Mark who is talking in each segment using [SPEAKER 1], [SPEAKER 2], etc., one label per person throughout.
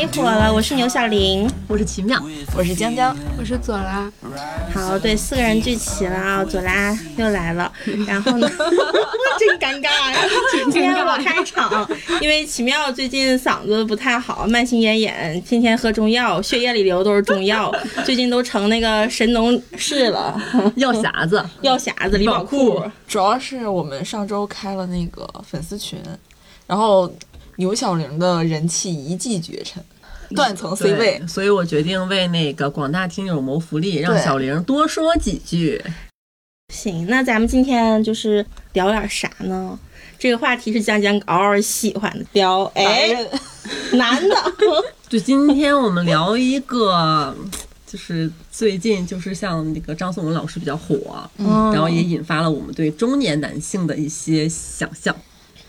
[SPEAKER 1] 一伙了，我是牛小玲。
[SPEAKER 2] 我是奇妙，
[SPEAKER 3] 我是江江，
[SPEAKER 4] 我是左拉，
[SPEAKER 1] 好，对，四个人聚齐了啊，左拉又来 了。然后呢，真尴尬啊！今天我开 场，因为奇妙最近嗓子不太好，慢性咽炎，天天喝中药，血液里流都是中 药，最近都成那个神农氏了，
[SPEAKER 2] 药匣子，
[SPEAKER 1] 药匣子、李宝库。
[SPEAKER 3] 主要是我们上周开了那个粉丝群，然后牛小玲的人气一骑绝尘，
[SPEAKER 1] 嗯
[SPEAKER 3] 断层 C 位
[SPEAKER 2] 对，。所以我决定为那个广大听友谋福利，让
[SPEAKER 3] 对
[SPEAKER 2] 小玲多说几句。
[SPEAKER 1] 行，那咱们今天就是聊点啥呢？这个话题是江江嗷嗷喜欢的，聊
[SPEAKER 3] 白
[SPEAKER 1] 哎
[SPEAKER 3] 人
[SPEAKER 1] 男 的。
[SPEAKER 2] 就今天我们聊一个， 就是最近就是像那个张颂文老师比较火，
[SPEAKER 1] 嗯哦
[SPEAKER 2] 然后也引发了我们对中年男性的一些想象，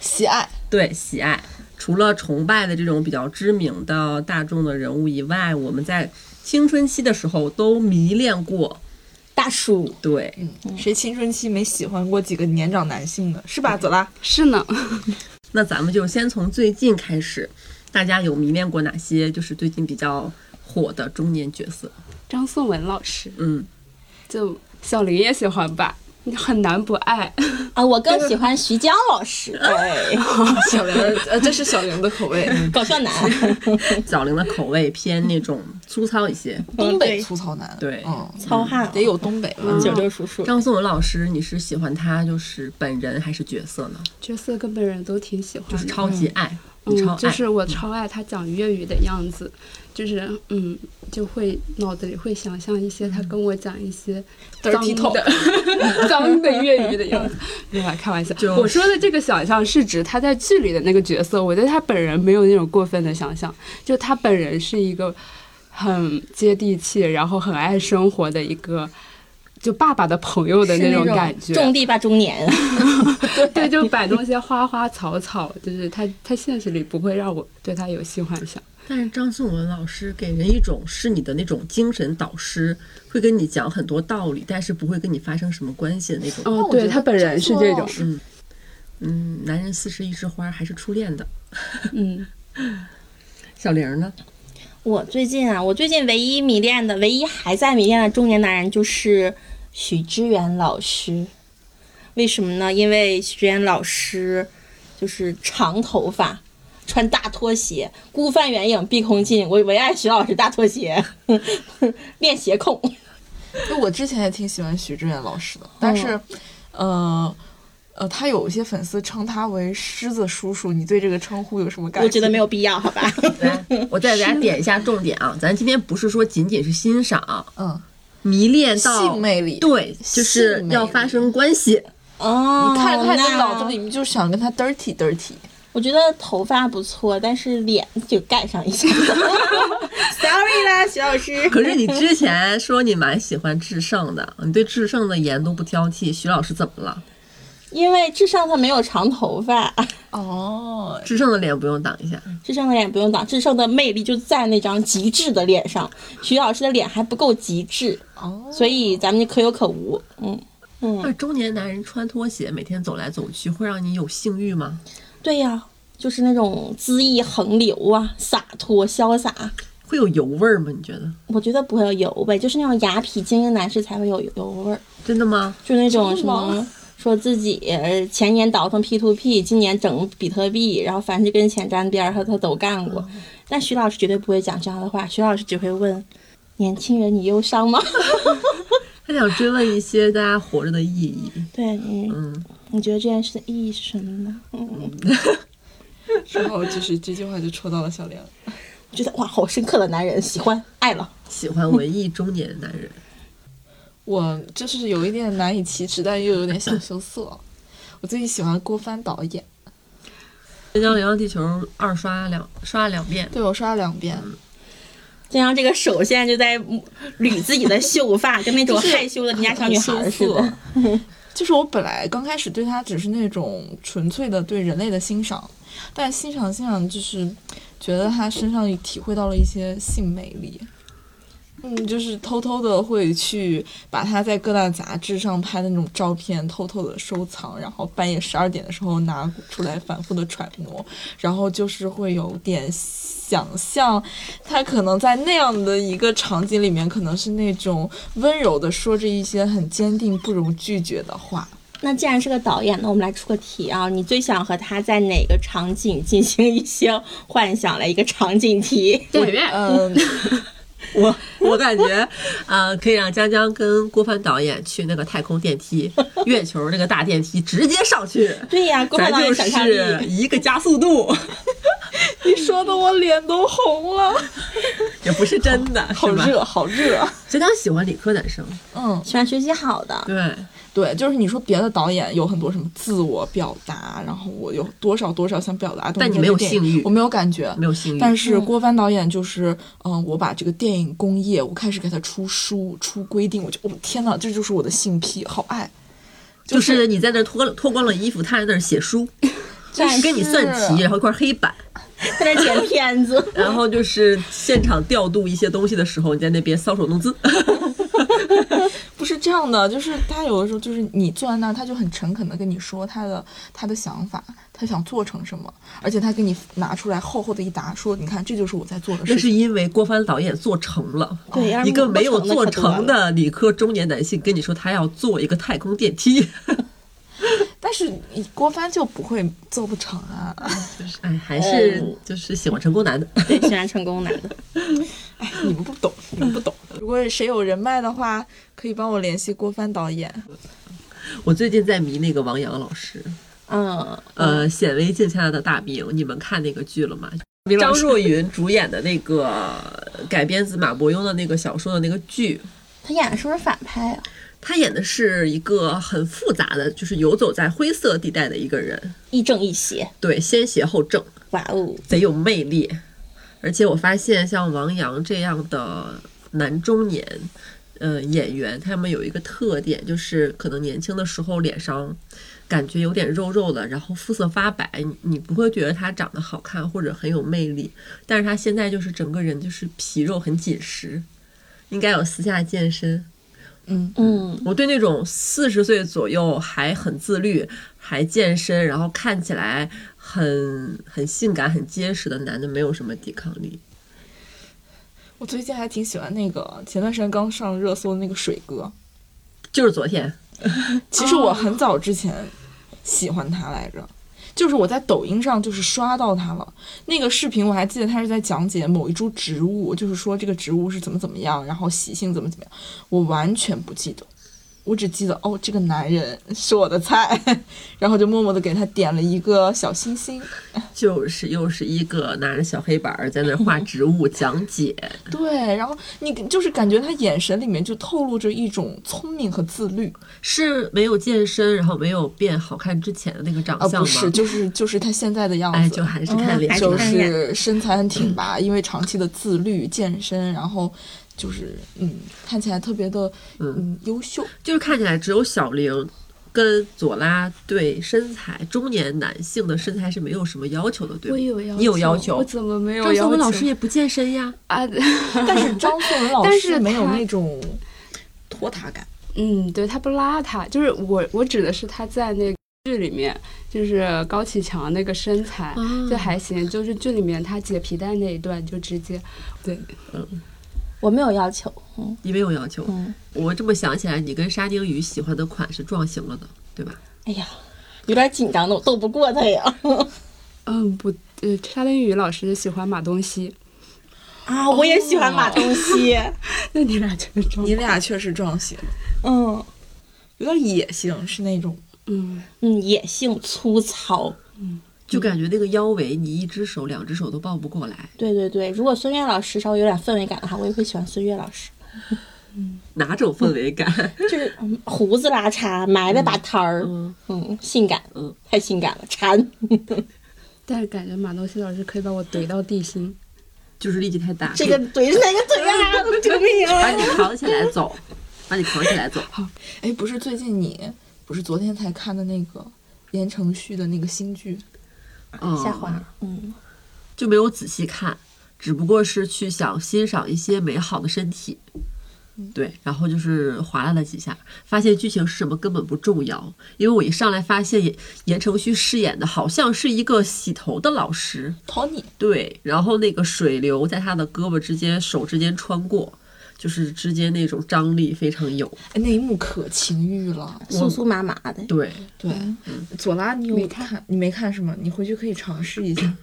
[SPEAKER 3] 喜爱，
[SPEAKER 2] 对喜爱。除了崇拜的这种比较知名的大众的人物以外，我们在青春期的时候都迷恋过。
[SPEAKER 1] 大叔，
[SPEAKER 2] 对，
[SPEAKER 1] 嗯
[SPEAKER 3] 谁青春期没喜欢过几个年长男性的，是吧，
[SPEAKER 1] 嗯
[SPEAKER 3] 左拉？
[SPEAKER 4] 是呢，
[SPEAKER 2] 那咱们就先从最近开始，大家有迷恋过哪些就是最近比较火的中年角色？
[SPEAKER 4] 张颂文老师，
[SPEAKER 2] 嗯，
[SPEAKER 4] 就小林也喜欢吧，很难不爱。
[SPEAKER 1] 啊，我更喜欢徐江老师，哎， 嗯
[SPEAKER 3] 小玲，呃，这是小玲的口味，
[SPEAKER 1] 搞笑男，
[SPEAKER 2] 小玲的口味偏那种粗糙一些。
[SPEAKER 3] 东北粗糙男，
[SPEAKER 2] 对
[SPEAKER 3] 嗯，
[SPEAKER 1] 糙汉，啊
[SPEAKER 3] 得有东北味。
[SPEAKER 1] 九六叔叔。
[SPEAKER 2] 张颂文老师，你是喜欢他就是本人还是角色呢？
[SPEAKER 4] 角色跟本人都挺喜欢的，
[SPEAKER 2] 就是超级爱，你超爱。
[SPEAKER 4] 嗯，就是我超爱他讲粤语的样子，就是嗯，就会脑子里会想象一些他跟我讲一些
[SPEAKER 3] Dirty
[SPEAKER 4] 脏的脏的粤语的样子，没法开玩笑。
[SPEAKER 2] 就是
[SPEAKER 4] 我说的这个想象是指他在剧里的那个角色，我对他本人没有那种过分的想象，就他本人是一个很接地气，然后很爱生活的一个。就爸爸的朋友的
[SPEAKER 1] 是
[SPEAKER 4] 那
[SPEAKER 1] 那
[SPEAKER 4] 种感觉，
[SPEAKER 1] 种地吧中年，
[SPEAKER 4] 对，就摆弄一些花花草草，就是他他现实里不会让我对他有性幻想。
[SPEAKER 2] 但是张颂文老师给人一种是你的那种精神导师，会跟你讲很多道理，但是不会跟你发生什么关系的那种。
[SPEAKER 4] 哦，对他本人是这种，
[SPEAKER 2] 嗯，男人四十一枝花还是初恋的。
[SPEAKER 4] 嗯，
[SPEAKER 2] 小玲呢？
[SPEAKER 1] 我最近啊，我最近唯一迷恋的，唯一还在迷恋的中年男人就是许知远老师。为什么呢？因为许知远老师就是长头发，穿大拖鞋，孤帆远影碧空尽。我唯爱许老师大拖鞋， 练鞋控。
[SPEAKER 3] 就我之前也挺喜欢许志远老师的，但是，
[SPEAKER 1] 嗯
[SPEAKER 3] 呃。呃，他有一些粉丝称他为“狮子叔叔”，你对这个称呼有什么感
[SPEAKER 1] 我觉得没
[SPEAKER 3] 有。
[SPEAKER 1] 有必要，好吧？
[SPEAKER 2] 来，啊 我再给大家点一下重点啊，咱今天不是说仅仅是欣赏、
[SPEAKER 3] 嗯，
[SPEAKER 2] 迷恋到
[SPEAKER 3] 性魅力，
[SPEAKER 2] 对，就是
[SPEAKER 3] 性魅
[SPEAKER 2] 要
[SPEAKER 3] 力
[SPEAKER 2] 发生关 系。
[SPEAKER 1] 哦，
[SPEAKER 3] 你看着他，
[SPEAKER 1] 那
[SPEAKER 3] 你脑子里面就想跟他 dirty dirty。
[SPEAKER 1] 我觉得头发不错，但是脸就盖上一下。Sorry 啦，徐老师。
[SPEAKER 2] 可是你之前说你蛮喜欢智胜的，你对智胜的言都不挑剔，徐老师怎么了？
[SPEAKER 1] 因为智胜他没有长头发，
[SPEAKER 3] 哦，
[SPEAKER 2] 智胜的脸不用挡一下，
[SPEAKER 1] 智胜的脸不用挡，智胜的魅力就在那张极致的脸上。徐老师的脸还不够极致，
[SPEAKER 3] 哦，
[SPEAKER 1] 所以咱们就可有可无。嗯，
[SPEAKER 2] 那中年男人穿拖鞋每天走来走去，会让你有性欲吗？
[SPEAKER 1] 对呀、就是那种恣意横流啊，洒脱潇洒。
[SPEAKER 2] 会有油味儿吗？你觉得？
[SPEAKER 1] 我觉得不会有油味，就是那种雅痞精英男士才会有油味儿，
[SPEAKER 2] 真的吗？
[SPEAKER 1] 就那种什
[SPEAKER 3] 真的
[SPEAKER 1] 么。说自己呃前年倒腾 P to P，今年整比特币，然后凡是跟钱沾边儿，他他都干过。但徐老师绝对不会讲这样的话，徐老师只会问：年轻人，你忧伤吗？
[SPEAKER 2] 他想追问一些大家活着的意义。
[SPEAKER 1] 对，你
[SPEAKER 2] 嗯，
[SPEAKER 1] 你觉得这件事的意义是什么呢？
[SPEAKER 3] 然后就是这句话就戳到了小玲。
[SPEAKER 1] 觉得哇，好深刻的男人，喜欢爱了。
[SPEAKER 2] 喜欢文艺中年男人。
[SPEAKER 3] 我就是有一点难以启齿，但又有点想羞涩。我最近喜欢郭帆导演，
[SPEAKER 2] 新疆流浪地球二刷两刷了两遍，
[SPEAKER 3] 对我刷了两遍，
[SPEAKER 1] 江江这个手现在就在捋自己的秀发，跟那种
[SPEAKER 3] 就是
[SPEAKER 1] 害羞的邻家小女孩似的。
[SPEAKER 3] 就是我本来刚开始对他只是那种纯粹的对人类的欣赏，但欣赏欣赏就是觉得他身上体会到了一些性魅力。嗯，就是偷偷的会去把他在各大杂志上拍的那种照片偷偷的收藏，然后半夜十二点的时候拿出来反复的揣摩，然后就是会有点想象，他可能在那样的一个场景里面，可能是那种温柔的说着一些很坚定、不容拒绝的话。
[SPEAKER 1] 那既然是个导演，那我们来出个题啊，你最想和他在哪个场景进行一些幻想？来一个场景题，
[SPEAKER 4] 对面
[SPEAKER 3] 嗯，
[SPEAKER 2] 我我感觉，呃，可以让江江跟郭帆导演去那个太空电梯，月球那个大电梯直接上去，
[SPEAKER 1] 对呀、郭
[SPEAKER 2] 咱
[SPEAKER 1] 帆导
[SPEAKER 2] 就
[SPEAKER 1] 演想象力，
[SPEAKER 2] 是一个加速度，
[SPEAKER 3] 你说的我脸都红了，
[SPEAKER 2] 也不是真的，
[SPEAKER 3] 好
[SPEAKER 2] 是吧？
[SPEAKER 3] 热，好热。
[SPEAKER 2] 江江喜欢理科男生，
[SPEAKER 3] 嗯，
[SPEAKER 1] 喜欢学习好的，
[SPEAKER 2] 对，
[SPEAKER 3] 对，就是你说别的导演有很多什么自我表达，然后我有多少多少想表达的东西，
[SPEAKER 2] 但你没有性欲
[SPEAKER 3] 我没有感觉。
[SPEAKER 2] 没有性欲，
[SPEAKER 3] 但是郭帆导演就是，嗯，我把这个电影工业，我开始给他出书、出规定，我就，我、天呐，这就是我的性癖，好爱，
[SPEAKER 2] 就是是你在那儿脱了脱光了衣服，他在那儿 写书，
[SPEAKER 1] 但
[SPEAKER 2] 跟你算题，然后一块黑板，，
[SPEAKER 1] 在那剪片子
[SPEAKER 2] 然后就是现场调度一些东西的时候，你在那边搔首弄姿，
[SPEAKER 3] 不是这样的，就是他有的时候就是你坐在那儿，他就很诚恳的跟你说他的他的想法，他想做成什么，而且他给你拿出来厚厚的一沓，说你看这就是我在做的
[SPEAKER 2] 那
[SPEAKER 3] 事
[SPEAKER 2] 是
[SPEAKER 3] 情。
[SPEAKER 2] 因为郭帆导演做成了。
[SPEAKER 1] 对，要是
[SPEAKER 2] 一个没有
[SPEAKER 1] 不
[SPEAKER 2] 做
[SPEAKER 1] 可多了
[SPEAKER 2] 成的理科中年男性跟你说他要做一个太空电 梯，
[SPEAKER 3] 但是你郭帆就不会做不成啊，
[SPEAKER 2] 哎，还是
[SPEAKER 1] 嗯
[SPEAKER 2] 就是喜欢成功男的。
[SPEAKER 1] 对，喜欢成功男的，
[SPEAKER 3] 哎，你们不懂，你们不懂。如果谁有人脉的话，可以帮我联系郭帆导演。
[SPEAKER 2] 我最近在迷那个王阳老师，
[SPEAKER 1] 嗯，
[SPEAKER 2] 呃，《显微镜下的大饼》，你们看那个剧了吗？张若昀主演的那个改编自马伯庸的那个小说的那个剧，
[SPEAKER 1] 他演的是不是反派啊？
[SPEAKER 2] 他演的是一个很复杂的，就是游走在灰色地带的一个人，
[SPEAKER 1] 亦正亦邪，
[SPEAKER 2] 对，先邪后正，
[SPEAKER 1] 哇哦，
[SPEAKER 2] 贼有魅力。而且我发现，像王阳这样的男中年，呃，演员他们有一个特点，就是可能年轻的时候脸上感觉有点肉肉的，然后肤色发白，你你不会觉得他长得好看或者很有魅力，但是他现在就是整个人就是皮肉很紧实，应该有私下健身。
[SPEAKER 3] 嗯，
[SPEAKER 1] 嗯，
[SPEAKER 2] 我对那种四十岁左右还很自律、还健身，然后看起来很很性感、很结实的男的没有什么抵抗力。
[SPEAKER 3] 我最近还挺喜欢那个前段时间刚上热搜的那个水哥，
[SPEAKER 2] 就是昨天，
[SPEAKER 3] 其实我很早之前喜欢他来着。就是我在抖音上就是刷到他了，那个视频我还记得他是在讲解某一株植物，就是说这个植物是怎么怎么样，然后习性怎么怎么样，我完全不记得，我只记得哦这个男人是我的菜， 然后就默默的给他点了一个小心心。
[SPEAKER 2] 就是又是一个拿着小黑板儿在那儿画植 物讲解，
[SPEAKER 3] 对，然后你就是感觉他眼神里面就透露着一种聪明和自律
[SPEAKER 2] 是没有健身，然后没有变好看之前的那个长
[SPEAKER 3] 啊，
[SPEAKER 2] 相
[SPEAKER 3] 不
[SPEAKER 2] 吗？
[SPEAKER 3] 是，就是就是他现在的样
[SPEAKER 2] 哎，
[SPEAKER 3] 子
[SPEAKER 2] 就，还是看脸
[SPEAKER 1] 嗯还。
[SPEAKER 3] 就
[SPEAKER 1] 看脸
[SPEAKER 3] 是身材很挺拔，因为长期的自律健身，然后就是嗯，看起来特别的嗯优秀。
[SPEAKER 2] 就是看起来只有小玲跟左拉对身材中年男性的身材是没有什么要求的，对
[SPEAKER 4] 我
[SPEAKER 2] 吗？
[SPEAKER 4] 有要求，
[SPEAKER 2] 你有要求
[SPEAKER 4] 我怎么没有
[SPEAKER 2] 张颂
[SPEAKER 4] 要求？
[SPEAKER 2] 文老师也不健身呀，
[SPEAKER 4] 啊，
[SPEAKER 3] 但是张颂文老
[SPEAKER 4] 但
[SPEAKER 3] 师
[SPEAKER 4] 是
[SPEAKER 3] 没有
[SPEAKER 4] 他
[SPEAKER 3] 那种 拖沓感，
[SPEAKER 4] 嗯，对，他不邋遢，就是我，我指的是他在那个剧里面，就是高启强那个身材、就还行，就是剧里面他解皮带那一段就直接，对，
[SPEAKER 1] 我没有要求，嗯
[SPEAKER 2] 你没有要求。
[SPEAKER 1] 嗯，
[SPEAKER 2] 我这么想起来，你跟沙丁鱼喜欢的款是撞型了的，对吧？
[SPEAKER 1] 哎呀，有点紧张的，我斗不过他呀，
[SPEAKER 4] 嗯，不，呃，沙丁鱼老师喜欢马东锡，
[SPEAKER 1] 啊，我也喜欢马东锡，
[SPEAKER 2] 哦
[SPEAKER 4] 那你俩就是中，
[SPEAKER 3] 你俩确实撞型，
[SPEAKER 1] 嗯
[SPEAKER 3] 有点野性，是那种
[SPEAKER 4] 嗯，
[SPEAKER 1] 嗯，野性粗糙。
[SPEAKER 2] 就感觉那个腰围，你一只手、两只手都抱不过来，
[SPEAKER 1] 对对对，如果孙悦老师稍微有点氛围感的话，我也会喜欢孙悦老师。
[SPEAKER 2] 哪种氛围感？
[SPEAKER 1] 就是嗯胡子拉碴，埋了把摊儿，
[SPEAKER 2] 嗯
[SPEAKER 1] 嗯，性感，
[SPEAKER 2] 嗯，
[SPEAKER 1] 太性感了， 馋。
[SPEAKER 4] 但是感觉马东锡老师可以把我怼到地心，
[SPEAKER 2] 就是力气太大，
[SPEAKER 1] 这个怼是哪个怼啊？我救命
[SPEAKER 2] 把
[SPEAKER 1] 啊！
[SPEAKER 2] 你扛起来走，把你扛起来走。
[SPEAKER 3] 哎，不是最近你不是昨天才看的那个言承旭的那个新剧，
[SPEAKER 2] 嗯，
[SPEAKER 1] 下滑，嗯，
[SPEAKER 2] 就没有仔细看，只不过是去想欣赏一些美好的身体。
[SPEAKER 1] 嗯
[SPEAKER 2] 对，然后就是划拉了几下，发现剧情是什么根本不重要，因为我一上来发现言言承旭饰演的好像是一个洗头的老师，
[SPEAKER 3] 讨你
[SPEAKER 2] 对，然后那个水流在他的胳膊之间、手之间穿过，就是之间那种张力非常有。
[SPEAKER 3] 哎那一幕可情欲了。
[SPEAKER 1] 嗯酥酥麻麻的。
[SPEAKER 2] 对，
[SPEAKER 3] 对，左拉你有
[SPEAKER 4] 嗯没看
[SPEAKER 3] 你没看是吗？你回去可以尝试一下。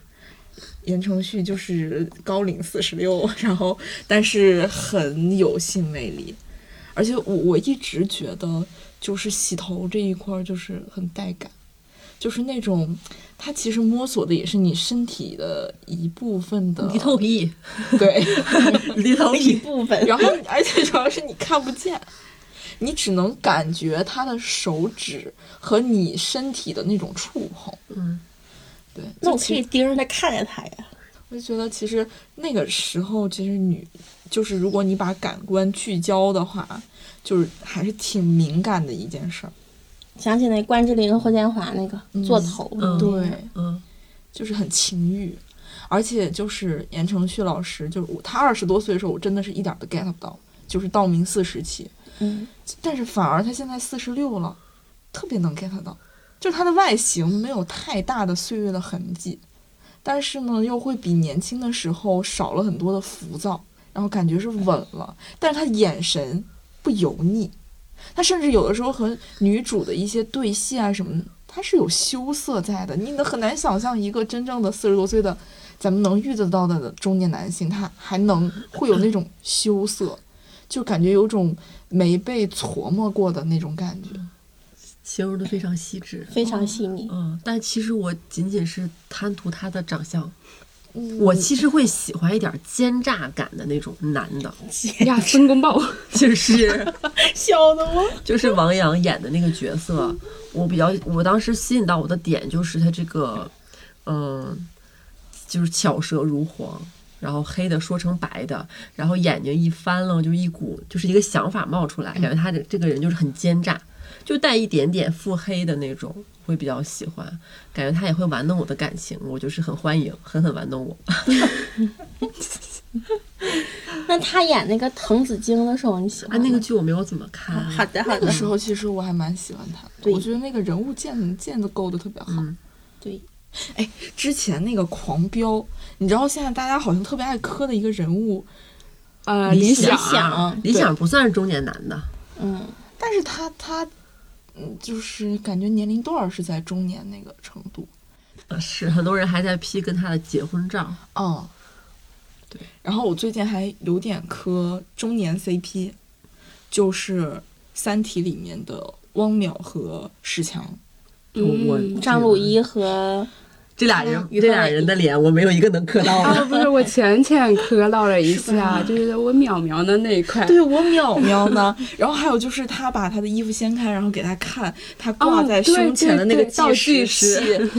[SPEAKER 3] 言承旭就是高龄四十六， 然后但是很有性魅力，而且我我一直觉得就是洗头这一块儿就是很带感，就是那种他其实摸索的也是你身体的一部分的
[SPEAKER 2] 离头 皮，
[SPEAKER 3] 对，
[SPEAKER 2] 离头
[SPEAKER 1] 一
[SPEAKER 2] 皮，
[SPEAKER 1] 部 分，
[SPEAKER 3] 然后而且主要是你看不见，你只能感觉他的手指和你身体的那种触碰。
[SPEAKER 2] 嗯，
[SPEAKER 3] 对，
[SPEAKER 1] 那
[SPEAKER 3] 就
[SPEAKER 1] 我可
[SPEAKER 3] 其实
[SPEAKER 1] 以盯着他看着他呀。
[SPEAKER 3] 我就觉得，其实那个时候，其实女就是如果你把感官聚焦的话，就是还是挺敏感的一件事儿。
[SPEAKER 1] 想起那关之琳和霍建华那个
[SPEAKER 3] 嗯
[SPEAKER 1] 做头，
[SPEAKER 2] 嗯
[SPEAKER 3] 对，
[SPEAKER 2] 嗯，
[SPEAKER 3] 就是很情欲，而且就是言承旭老师，就是我他二十多岁的时候，我真的是一点儿都 get 不到，就是道明寺时期。
[SPEAKER 1] 嗯，
[SPEAKER 3] 但是反而他现在四十六了，特别能 get 到，就是他的外形没有太大的岁月的痕迹，但是呢，又会比年轻的时候少了很多的浮躁，然后感觉是稳了，但是他眼神不油腻，他甚至有的时候和女主的一些对戏啊什么的，他是有羞涩在的，你很难想象一个真正的四十多岁的。咱们能遇得到的中年男性，他还能会有那种羞涩，就感觉有种没被琢磨过的那种感觉。
[SPEAKER 2] 形容的非常细致。
[SPEAKER 1] 非常细腻。
[SPEAKER 2] 嗯，但其实我仅仅是贪图他的长相，
[SPEAKER 3] 嗯
[SPEAKER 2] 我其实会喜欢一点奸诈感的那种男的，
[SPEAKER 4] 呀，申公豹，
[SPEAKER 2] 就是
[SPEAKER 1] 哎笑的我，
[SPEAKER 2] 就是王阳演的那个角色，我比较我当时吸引到我的点就是他这个，嗯、就是巧舌如簧，然后黑的说成白的，然后眼睛一翻楞就一股就是一个想法冒出来，感觉他这这个人就是很奸诈，就带一点点腹黑的那种。会比较喜欢，感觉他也会玩弄我的感情，我就是很欢迎，狠狠玩弄我。
[SPEAKER 1] 那他演那个藤子京的时候，你喜
[SPEAKER 2] 啊，
[SPEAKER 1] 欢吗
[SPEAKER 2] 那个剧我没有怎么看，啊
[SPEAKER 1] 好的好
[SPEAKER 3] 那个
[SPEAKER 1] 的，
[SPEAKER 3] 时候其实我还蛮喜欢他的，
[SPEAKER 1] 对
[SPEAKER 3] 我觉得那个人物建建的构的特别好。哎
[SPEAKER 2] 嗯
[SPEAKER 1] 对，
[SPEAKER 3] 之前那个狂飙，你知道现在大家好像特别爱磕的一个人物，
[SPEAKER 4] 呃，
[SPEAKER 2] 理
[SPEAKER 4] 想，
[SPEAKER 1] 想
[SPEAKER 2] 理想不算是中年男的，
[SPEAKER 1] 嗯，
[SPEAKER 3] 但是他他嗯，就是感觉年龄段儿是在中年那个程度。
[SPEAKER 2] 呃是很多人还在 P 跟他的结婚照。
[SPEAKER 3] 嗯，
[SPEAKER 2] 对。
[SPEAKER 3] 然后我最近还有点磕中年 CP，就是《三体》里面的汪淼和史强。
[SPEAKER 2] 我
[SPEAKER 4] 嗯
[SPEAKER 1] 张鲁一和
[SPEAKER 2] 这俩人
[SPEAKER 1] 嗯，于
[SPEAKER 2] 这
[SPEAKER 1] 和
[SPEAKER 2] 俩
[SPEAKER 1] 伟
[SPEAKER 2] 人的脸，我没有一个能磕到的。
[SPEAKER 4] 啊，不是，我浅浅磕到了一下，就是我淼淼的那一块。
[SPEAKER 3] 对我淼淼呢，然后还有就是他把他的衣服掀开，然后给他看他挂
[SPEAKER 4] 哦
[SPEAKER 3] 在
[SPEAKER 4] 对
[SPEAKER 3] 胸前的那
[SPEAKER 4] 对
[SPEAKER 3] 个
[SPEAKER 4] 对倒
[SPEAKER 3] 计
[SPEAKER 4] 计
[SPEAKER 3] 时器，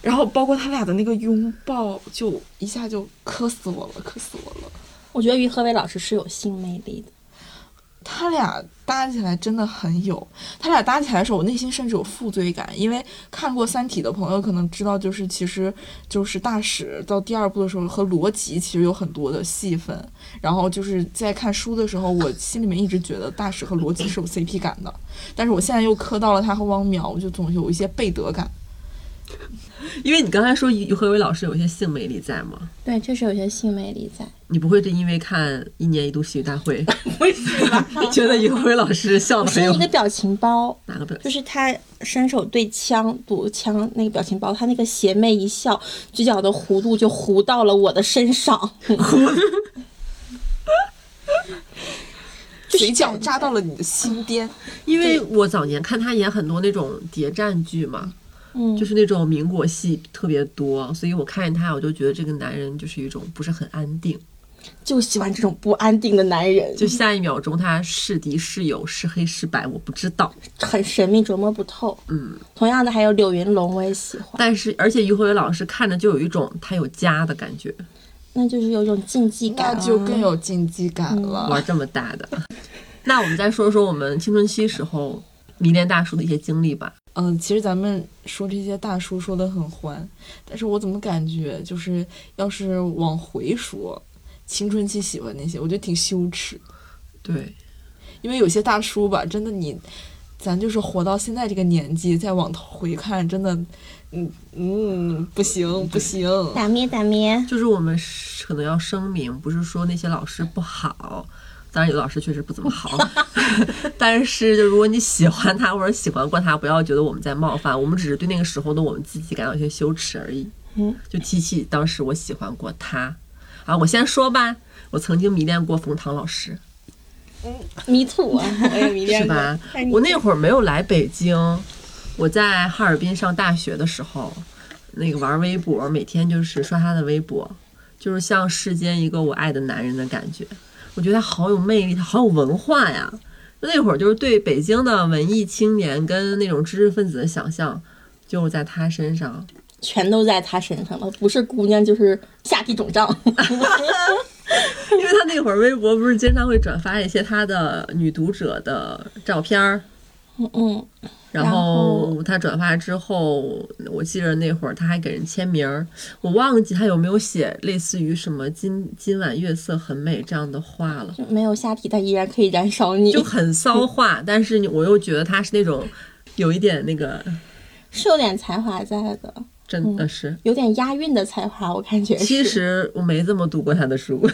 [SPEAKER 3] 然后包括他俩的那个拥抱，就一下就磕死我了，磕死我了。
[SPEAKER 1] 我觉得于和伟老师是有性魅力的，
[SPEAKER 3] 他俩搭起来真的很有，他俩搭起来的时候，我内心甚至有负罪感，因为看过《三体》的朋友可能知道，就是其实就是大使到第二部的时候和罗辑其实有很多的戏份，然后就是在看书的时候，我心里面一直觉得大使和罗辑是有 CP 感的，但是我现在又磕到了他和汪淼，我就总有一些背德感。
[SPEAKER 2] 因为你刚才说于和伟老师有一些性魅力在嘛，
[SPEAKER 1] 对，确实有些性魅力在。
[SPEAKER 2] 你不会是因为看一年一度喜剧大 会，觉得于和伟老师笑
[SPEAKER 1] 我
[SPEAKER 2] 的很
[SPEAKER 1] 是
[SPEAKER 2] 有
[SPEAKER 1] 一个表情包，
[SPEAKER 2] 哪个表
[SPEAKER 1] 就
[SPEAKER 2] 情？
[SPEAKER 1] 是他伸手对枪堵枪那个表情包，他那个邪魅一笑，嘴角的弧度就弧到了我的身上，
[SPEAKER 3] 嘴角扎到了你的心巅，
[SPEAKER 2] 因为我早年看他演很多那种谍战剧嘛，
[SPEAKER 1] 嗯，
[SPEAKER 2] 就是那种民国戏特别多，所以我看见他，我就觉得这个男人就是一种不是很安定，
[SPEAKER 1] 就喜欢这种不安定的男人，
[SPEAKER 2] 就下一秒钟他是敌是友是黑是白我不知道，
[SPEAKER 1] 很神秘，琢磨不透。
[SPEAKER 2] 嗯，
[SPEAKER 1] 同样的还有柳云龙，我也喜欢，
[SPEAKER 2] 但是而且于和伟老师看着就有一种他有家的感觉，
[SPEAKER 1] 那就是有一种竞技感、
[SPEAKER 3] 那
[SPEAKER 1] 啊，
[SPEAKER 3] 就更有竞技感了。
[SPEAKER 2] 玩这么 大的。那我们再说说我们青春期时候迷恋大叔的一些经历吧。
[SPEAKER 3] 嗯、其实咱们说这些大叔说的很欢，但是我怎么感觉就是要是往回说，青春期喜欢那些，我觉得挺羞耻，
[SPEAKER 2] 对，
[SPEAKER 3] 因为有些大叔吧，真的你，咱就是活到现在这个年纪，再往回看，真的，嗯嗯，不行不行，
[SPEAKER 1] 打咩打咩，
[SPEAKER 2] 就是我们是可能要声明，不是说那些老师不好，当然有的老师确实不怎么好，但是就如果你喜欢他或者喜欢过他，不要觉得我们在冒犯，我们只是对那个时候的我们自己感到有些羞耻而已。
[SPEAKER 1] 嗯，
[SPEAKER 2] 就提起当时我喜欢过他，啊，我先说吧，我曾经迷恋过冯唐老师。
[SPEAKER 1] 迷途啊， 我
[SPEAKER 4] 哎
[SPEAKER 1] 也迷恋
[SPEAKER 2] 是
[SPEAKER 1] 过
[SPEAKER 2] 吧。
[SPEAKER 1] 但是？你
[SPEAKER 2] 我那会儿没有来北京，我在哈尔滨上大学的时候，那个玩微博，每天就是刷他的微博，就是像世间一个我爱的男人的感觉。我觉得他好有魅力，他好有文化呀。那会儿就是对北京的文艺青年跟那种知识分子的想象，就在他身上。
[SPEAKER 1] 全都在他身上了，不是姑娘就是下体肿胀。
[SPEAKER 2] 因为他那会儿微博不是经常会转发一些他的女读者的照片儿，
[SPEAKER 1] 嗯嗯，
[SPEAKER 2] 然
[SPEAKER 1] 然后
[SPEAKER 2] 后他转发之后，我记得那会儿他还给人签名儿，我忘记他有没有写类似于什么今“今晚月色很美”这样的话了，
[SPEAKER 1] 就没有下体，但依然可以燃烧你
[SPEAKER 2] 就。很骚话，但是你我又觉得他是那种有一点那个
[SPEAKER 1] 是有点才华在的，
[SPEAKER 2] 真的是。
[SPEAKER 1] 有点押韵的才华，我感觉嗯是。
[SPEAKER 2] 其实我没怎么读过他的书，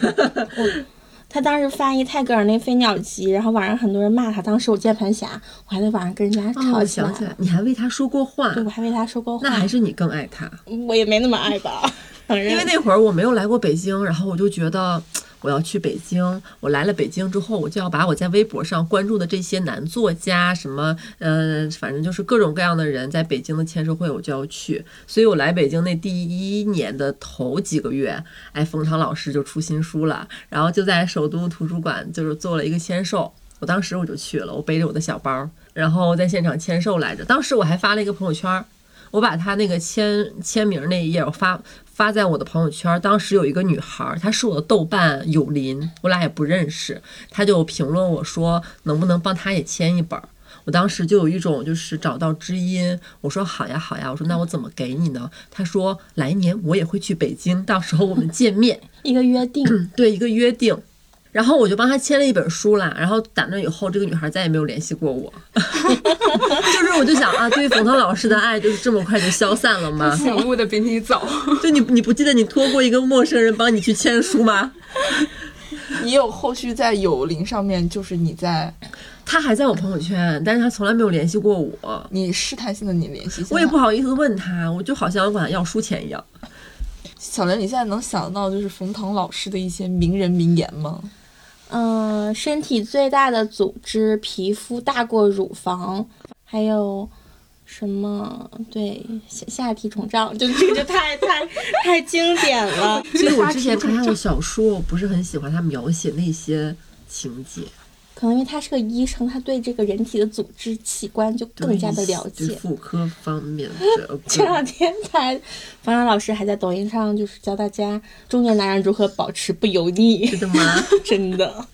[SPEAKER 1] 他当时翻译泰戈尔那《飞鸟集》，然后网上很多人骂他，当时我键盘侠，我还在网上跟人家
[SPEAKER 2] 哦
[SPEAKER 1] 吵
[SPEAKER 2] 我
[SPEAKER 1] 起来
[SPEAKER 2] 想起
[SPEAKER 1] 了。
[SPEAKER 2] 来，你还为他说过话
[SPEAKER 1] 对，，我还为他说过话
[SPEAKER 2] 那，还是你更爱他。
[SPEAKER 1] 我也没那么爱吧，承认。
[SPEAKER 2] 因为那会儿我没有来过北京，然后我就觉得我要去北京。我来了北京之后，我就要把我在微博上关注的这些男作家，什么呃，反正就是各种各样的人在北京的签售会，我就要去。所以我来北京那第一年的头几个月，哎，冯唐老师就出新书了，然后就在首都图书馆就是做了一个签售。我当时我就去了，我背着我的小包，然后在现场签售来着。当时我还发了一个朋友圈儿，我把他那个签签名那一页我发发在我的朋友圈。当时有一个女孩儿，她是我的豆瓣友邻，我俩也不认识，她就评论我说能不能帮她也签一本儿。我当时就有一种就是找到知音，我说好呀好呀，我说那我怎么给你呢？她说来年我也会去北京，到时候我们见面。
[SPEAKER 1] 一个约定，
[SPEAKER 2] 对一个约定。然后我就帮她签了一本书啦，然后打那以后，这个女孩再也没有联系过我。 就是我就想啊，对于冯唐老师的爱就是这么快就消散了吗？
[SPEAKER 4] 醒悟的比 你早。
[SPEAKER 2] 就你你不记得你托过一个陌生人帮你去签书吗？
[SPEAKER 3] 你有后续在友邻上面，就是你在
[SPEAKER 2] 他还在我朋友圈，但是他从来没有联系过我，
[SPEAKER 3] 你试探性的你联系一下，
[SPEAKER 2] 我也不好意思问他，我就好像管他要书钱一样。
[SPEAKER 3] 小玲，你现在能想到就是冯唐老师的一些名人名言吗？
[SPEAKER 1] 嗯、身体最大的组织，皮肤大过乳房，还有什么？对，下下体肿胀，就这个就太太太经典了。
[SPEAKER 2] 所以我之前看他的小说，我不是很喜欢他描写那些情节，
[SPEAKER 1] 可能因为他是个医生，他对这个人体的组织器官就
[SPEAKER 2] 对
[SPEAKER 1] 更加的了
[SPEAKER 2] 对
[SPEAKER 1] 解。
[SPEAKER 2] 妇科方面 的。
[SPEAKER 1] 这两天才，方洋老师还在抖音上就是教大家中年男人如何保持不油腻，
[SPEAKER 2] 真的吗？
[SPEAKER 1] 真的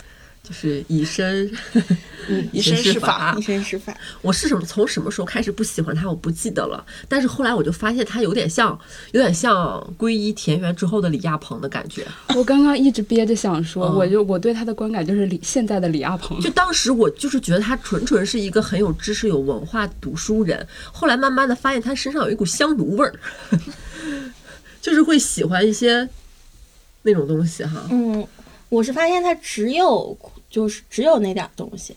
[SPEAKER 2] 就是以身 以
[SPEAKER 3] 身试
[SPEAKER 2] 嗯法
[SPEAKER 1] 以。身试法。
[SPEAKER 2] 我是什么从什么时候开始不喜欢他，我不记得了。但是后来我就发现他有点像，有点像皈依田园之后的李亚鹏的感觉。
[SPEAKER 4] 我刚刚一直憋着想说，
[SPEAKER 2] 嗯
[SPEAKER 4] 我就我对他的观感就是李现在的李亚鹏
[SPEAKER 2] 就，当时我就是觉得他纯纯是一个很有知识、有文化的读书人。后来慢慢的发现他身上有一股香炉味儿， 就是会喜欢一些那种东西哈。
[SPEAKER 1] 嗯，我是发现他只有就是只有那点儿东西，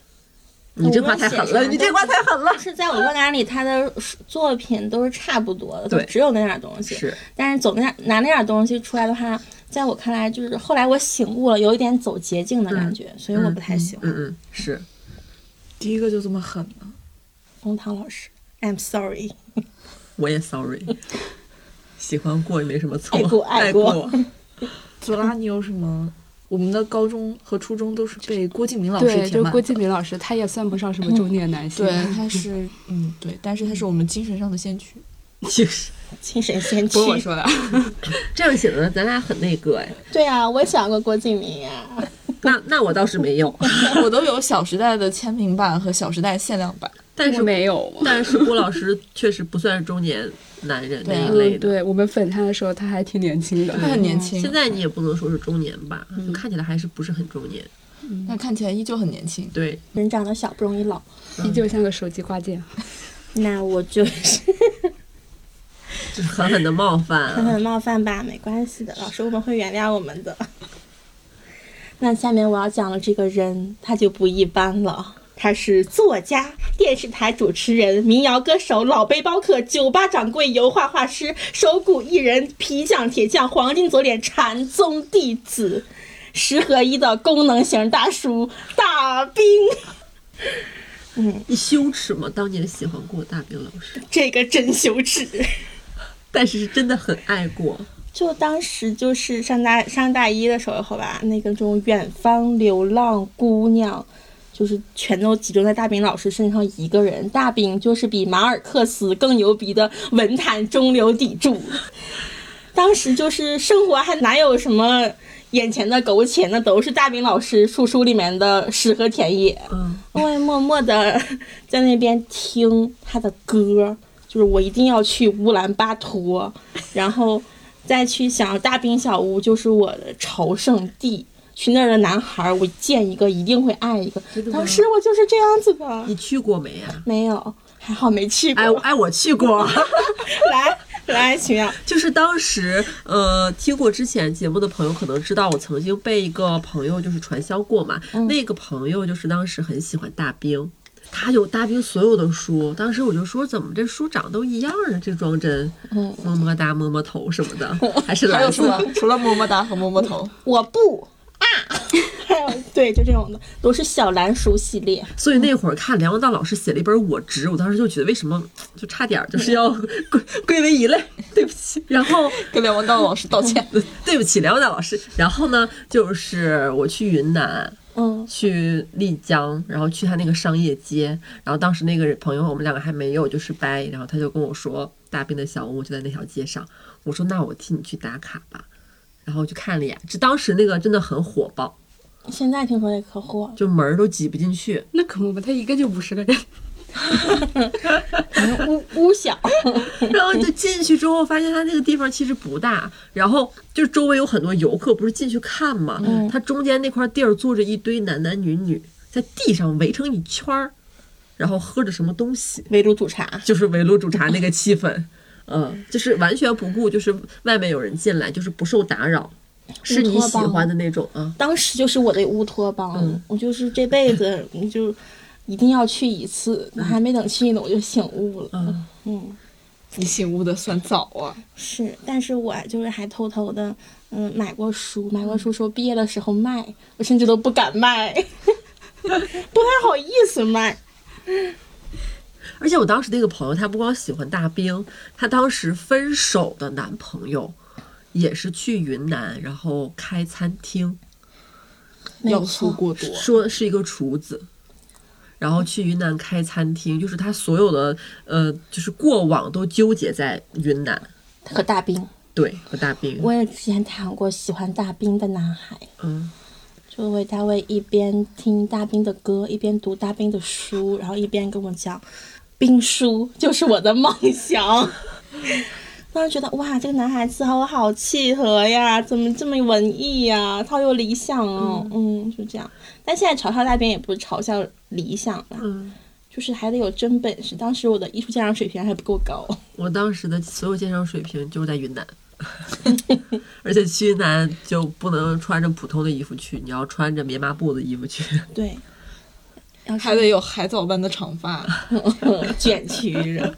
[SPEAKER 2] 你这话太狠了，
[SPEAKER 1] 我
[SPEAKER 2] 你这话太狠了。
[SPEAKER 1] 是在我观感里，他的作品都是差不多的，
[SPEAKER 2] 对
[SPEAKER 1] 就只有那点儿东西。
[SPEAKER 2] 是
[SPEAKER 1] 但是走那拿那点儿东西出来的话，在我看来，就是后来我醒悟了，有一点走捷径的感觉，所以我不太喜欢
[SPEAKER 2] 嗯嗯，是。
[SPEAKER 3] 第一个就这么狠呢、
[SPEAKER 1] 冯唐老师。I'm sorry，
[SPEAKER 2] 我也 sorry，喜欢过也没什么错，
[SPEAKER 1] 爱 过爱过
[SPEAKER 3] 左拉，你有什么？我们的高中和初中都是被郭敬明老师
[SPEAKER 4] 对，
[SPEAKER 3] 填
[SPEAKER 4] 就
[SPEAKER 3] 满
[SPEAKER 4] 郭
[SPEAKER 3] 的。
[SPEAKER 4] 敬明老师，他也算不上什
[SPEAKER 2] 嗯
[SPEAKER 4] 么中年男性。
[SPEAKER 3] 对，他 是嗯，对，但是他是我们精神上的先驱。
[SPEAKER 2] 就是
[SPEAKER 1] 精神先驱
[SPEAKER 4] 不。是我说的，
[SPEAKER 2] 这样显得咱俩很那个哎。
[SPEAKER 1] 对啊，我也喜欢过郭敬明呀、啊
[SPEAKER 2] 那那我倒是没有，
[SPEAKER 3] 我都有《小时代》的签名版和《小时代》限量版。
[SPEAKER 2] 但是
[SPEAKER 4] 我没有嘛。
[SPEAKER 2] 但是郭老师确实不算是中年男人那一类
[SPEAKER 4] 嗯，
[SPEAKER 2] 的。嗯
[SPEAKER 4] 对我们粉他的时候，他还挺年轻的。
[SPEAKER 3] 他很年轻
[SPEAKER 2] 现，在你也不能说是中年吧，就看起来还是不是很中年。
[SPEAKER 3] 但看起来依旧很年 轻。
[SPEAKER 2] 对，
[SPEAKER 1] 人长得小不容易老。
[SPEAKER 4] 依旧像个手机挂件。
[SPEAKER 1] 那我就是
[SPEAKER 2] 就是狠狠的冒犯
[SPEAKER 1] 狠
[SPEAKER 2] 啊。
[SPEAKER 1] 狠冒犯吧，没关系的，老师我们会原谅我们的。那下面我要讲的这个人，他就不一般了。他是作家、电视台主持人、民谣歌手、老背包客、酒吧掌柜、油画画师、手鼓艺人、皮匠、铁匠、黄金左脸、禅宗弟子，十合一的功能型大叔大兵。
[SPEAKER 2] 你羞耻吗？当年喜欢过大兵老师，
[SPEAKER 1] 这个真羞耻。
[SPEAKER 2] 但是是真的很爱过。
[SPEAKER 1] 就当时就是上大上大一的时候吧，那个种远方流浪姑娘，就是全都集中在大饼老师身上一个人。大饼就是比马尔克斯更牛逼的文坛中流砥柱。当时就是生活还哪有什么眼前的苟且，那都是大饼老师书书里面的诗和田野。
[SPEAKER 2] 嗯，
[SPEAKER 1] 我也默默的在那边听他的歌，就是我一定要去乌兰巴托，然后再去想大冰小屋就是我的朝圣地。去那儿的男孩，我见一个一定会爱一个
[SPEAKER 2] 真的。吗
[SPEAKER 1] 当时我就是这样子的，
[SPEAKER 2] 你去过没啊？
[SPEAKER 1] 没有，还好没去过。
[SPEAKER 2] 哎，我哎，我去过。
[SPEAKER 1] 来来，徐淼，
[SPEAKER 2] 就是当时，呃，听过之前节目的朋友可能知道，我曾经被一个朋友就是传销过嘛。
[SPEAKER 3] 嗯
[SPEAKER 2] 那个朋友就是当时很喜欢大兵，他有大兵所有的书。当时我就说，怎么这书长都一样啊？这装帧，么么哒，么么头什么的，还是
[SPEAKER 3] 嗯还有
[SPEAKER 2] 蓝
[SPEAKER 3] 什
[SPEAKER 2] 色
[SPEAKER 3] 么？除了么么哒和么么头，
[SPEAKER 1] 我不啊，还有 对，就这种的，都是小蓝鼠系列。
[SPEAKER 2] 所以那会儿看梁文道老师写了一本《我执》，我当时就觉得为什么就差点儿
[SPEAKER 3] 嗯
[SPEAKER 2] 就是要归归为一类，对不起。然后
[SPEAKER 3] 跟梁文道老师道歉。
[SPEAKER 2] 对不起，梁文道老师。然后呢，就是我去云南，
[SPEAKER 1] 嗯，
[SPEAKER 2] 去丽江，然后去他那个商业街，然后当时那个朋友，我们两个还没有就是掰，然后他就跟我说大兵的小屋就在那条街上，我说那我替你去打卡吧，然后我就看了一眼，这当时那个真的很火爆，
[SPEAKER 1] 现在听说也可火了。
[SPEAKER 2] 就门儿都挤不进去，
[SPEAKER 4] 那可不嘛，他一个就五十个人。
[SPEAKER 1] 乌乌小，
[SPEAKER 2] 然后就进去之后发现他那个地方其实不大，然后就是周围有很多游客不是进去看嘛，他中间那块地儿坐着一堆男男女女在地上围成一圈儿，然后喝着什么东西。
[SPEAKER 1] 围炉煮茶。
[SPEAKER 2] 就是围炉煮茶那个气氛，嗯，就是完全不顾，就是外面有人进来，就是不受打扰，是你喜欢的那种啊。
[SPEAKER 1] 当时就是我的乌托邦，
[SPEAKER 2] 嗯
[SPEAKER 1] 我就是这辈子你就一定要去一次，还没等去呢，我就醒悟了。
[SPEAKER 2] 嗯，
[SPEAKER 1] 嗯，
[SPEAKER 3] 你醒悟的算早啊！
[SPEAKER 1] 是，但是我就是还偷偷的，嗯，买过书，买过书，说毕业的时候卖，我甚至都不敢卖， 不太好意思卖。
[SPEAKER 2] 而且我当时那个朋友，他不光喜欢大兵，他当时分手的男朋友也是去云南，然后开餐厅，
[SPEAKER 1] 没
[SPEAKER 3] 要素
[SPEAKER 1] 错，
[SPEAKER 3] 过多，
[SPEAKER 2] 说是一个厨子。然后去云南开餐厅，就是他所有的呃，就是过往都纠结在云南，
[SPEAKER 1] 和大兵，
[SPEAKER 2] 对，和大兵，
[SPEAKER 1] 我也之前谈过喜欢大兵的男孩，
[SPEAKER 2] 嗯，
[SPEAKER 1] 就会他会一边听大兵的歌，一边读大兵的书，然后一边跟我讲，兵书就是我的梦想。 当时觉得哇，这个男孩子和我好契合呀，怎么这么文艺呀，他好有理想哦，嗯就这样。但现在嘲笑大兵也不是嘲笑理想了，
[SPEAKER 2] 嗯
[SPEAKER 1] 就是还得有真本事。当时我的艺术鉴赏水平还不够高，
[SPEAKER 2] 我当时的所有鉴赏水平就是在云南， 而且去云南就不能穿着普通的衣服去，你要穿着棉麻布的衣服去。
[SPEAKER 1] 对，要
[SPEAKER 3] 还
[SPEAKER 1] 是
[SPEAKER 3] 得有海藻般的长发。
[SPEAKER 1] 卷曲着。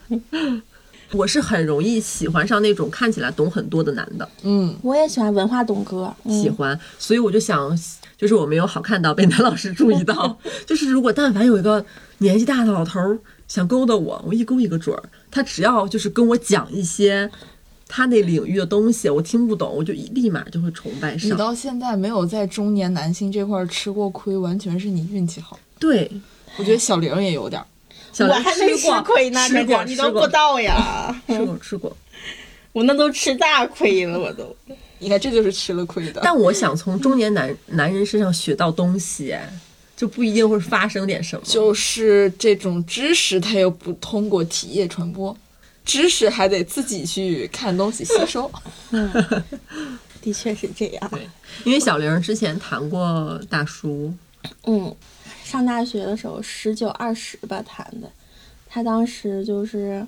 [SPEAKER 2] 我是很容易喜欢上那种看起来懂很多的男的，
[SPEAKER 3] 嗯，
[SPEAKER 1] 我也喜欢文化懂歌，嗯
[SPEAKER 2] 喜欢，所以我就想，就是我没有好看到被男老师注意到，就是如果但凡有一个年纪大的老头儿想勾搭我，我一勾一个准儿。他只要就是跟我讲一些他那领域的东西，我听不懂，我就一立马就会崇拜
[SPEAKER 3] 你
[SPEAKER 2] 上。
[SPEAKER 3] 到现在没有在中年男性这块儿吃过亏，完全是你运气好。
[SPEAKER 2] 对，
[SPEAKER 3] 我觉得小玲儿也有点儿，
[SPEAKER 2] 小
[SPEAKER 1] 我
[SPEAKER 2] 刘
[SPEAKER 1] 还没吃
[SPEAKER 2] 过
[SPEAKER 1] 亏呢，
[SPEAKER 2] 吃
[SPEAKER 1] 这
[SPEAKER 2] 过，
[SPEAKER 1] 你
[SPEAKER 2] 吃
[SPEAKER 1] 都
[SPEAKER 2] 过
[SPEAKER 1] 不到 呀！
[SPEAKER 2] 吃过吃过。
[SPEAKER 1] 我那都吃大亏了，我都。
[SPEAKER 3] 你看这就是吃了亏的。
[SPEAKER 2] 但我想从中年男男人身上学到东西，哎就不一定会发生点什么。
[SPEAKER 3] 就是这种知识，它又不通过体液传播，知识还得自己去看东西吸收。
[SPEAKER 1] 的确是这样。
[SPEAKER 2] 因为小玲儿之前谈过大叔，
[SPEAKER 1] 嗯，上大学的时候，十九二十吧谈的，他当时就是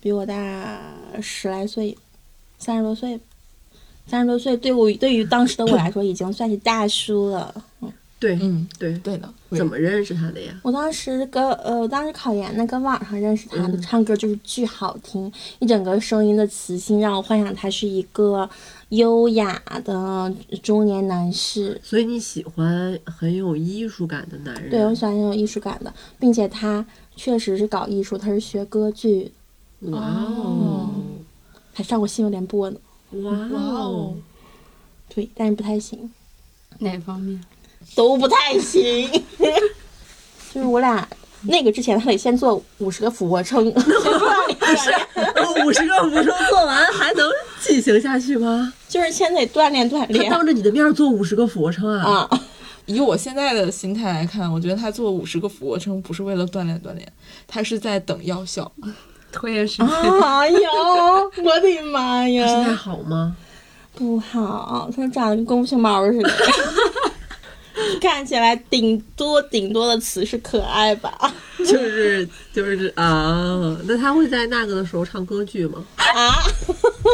[SPEAKER 1] 比我大十来岁，三十多岁，三十多岁对我对于当时的我来说已经算是大叔了。
[SPEAKER 2] 对
[SPEAKER 3] 嗯，
[SPEAKER 2] 对，
[SPEAKER 3] 对的。
[SPEAKER 2] 怎么认识他的呀？
[SPEAKER 1] 我当时跟呃，我当时考研呢，跟网上认识他的，唱歌就是巨好听，一整个声音的磁性让我幻想他是一个优雅的中年男士。
[SPEAKER 2] 所以你喜欢很有艺术感的男人？
[SPEAKER 1] 对我喜欢很有艺术感的，并且他确实是搞艺术，他是学歌剧，
[SPEAKER 2] 哇哦，
[SPEAKER 1] 还上过新闻联播呢。
[SPEAKER 2] 哇哦，
[SPEAKER 1] 对，但是不太行，
[SPEAKER 4] 哪方面？
[SPEAKER 1] 都不太行。 就是我俩那个之前，他得先做五十个俯卧撑，
[SPEAKER 2] 五十个俯卧撑做完还能进行下去 吗？
[SPEAKER 1] 就是先得锻炼锻
[SPEAKER 2] 他
[SPEAKER 1] 炼
[SPEAKER 2] 当着你的面儿做五十个俯卧撑啊？
[SPEAKER 1] 啊。
[SPEAKER 3] 以我现在的心态来看，我觉得他做五十个俯卧撑不是为了锻炼锻炼，他是在等药效。
[SPEAKER 4] 拖延
[SPEAKER 2] 啊
[SPEAKER 4] 时间。
[SPEAKER 1] 哎 呦，我的妈
[SPEAKER 2] 他现在
[SPEAKER 1] 呀！
[SPEAKER 2] 好吗？
[SPEAKER 1] 不好，他长得跟功夫熊猫似的， 看起来顶多顶多的词是可爱吧？
[SPEAKER 2] 就是就是啊，那他会在那个的时候唱歌剧吗？
[SPEAKER 1] 啊，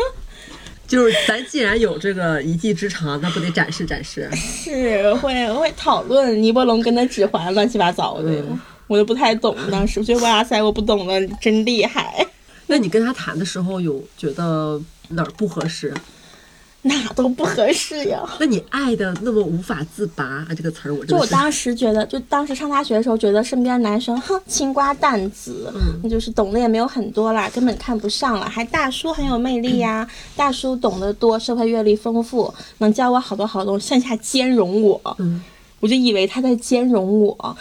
[SPEAKER 2] 就是咱既然有这个一技之长，那不得展示展示？
[SPEAKER 1] 是会会讨论尼伯龙跟他指环乱七八糟的，
[SPEAKER 2] 嗯
[SPEAKER 1] 我都不太懂。当时我觉得哇塞，我不懂了，真厉害，
[SPEAKER 2] 那你跟他谈的时候有觉得哪儿不合适？
[SPEAKER 1] 哪都不合适呀。
[SPEAKER 2] 那你爱的那么无法自拔啊，这个词儿我
[SPEAKER 1] 就
[SPEAKER 2] 真
[SPEAKER 1] 我
[SPEAKER 2] 的是
[SPEAKER 1] 当时觉得，就当时上大学的时候，觉得身边男生哼青瓜蛋子，
[SPEAKER 2] 嗯
[SPEAKER 1] 就是懂得也没有很多啦，根本看不上了。还大叔很有魅力呀、大叔懂得多，社会阅历丰富，能教我好多好多，剩下兼容我。
[SPEAKER 2] 嗯，
[SPEAKER 1] 我就以为他在兼容 我，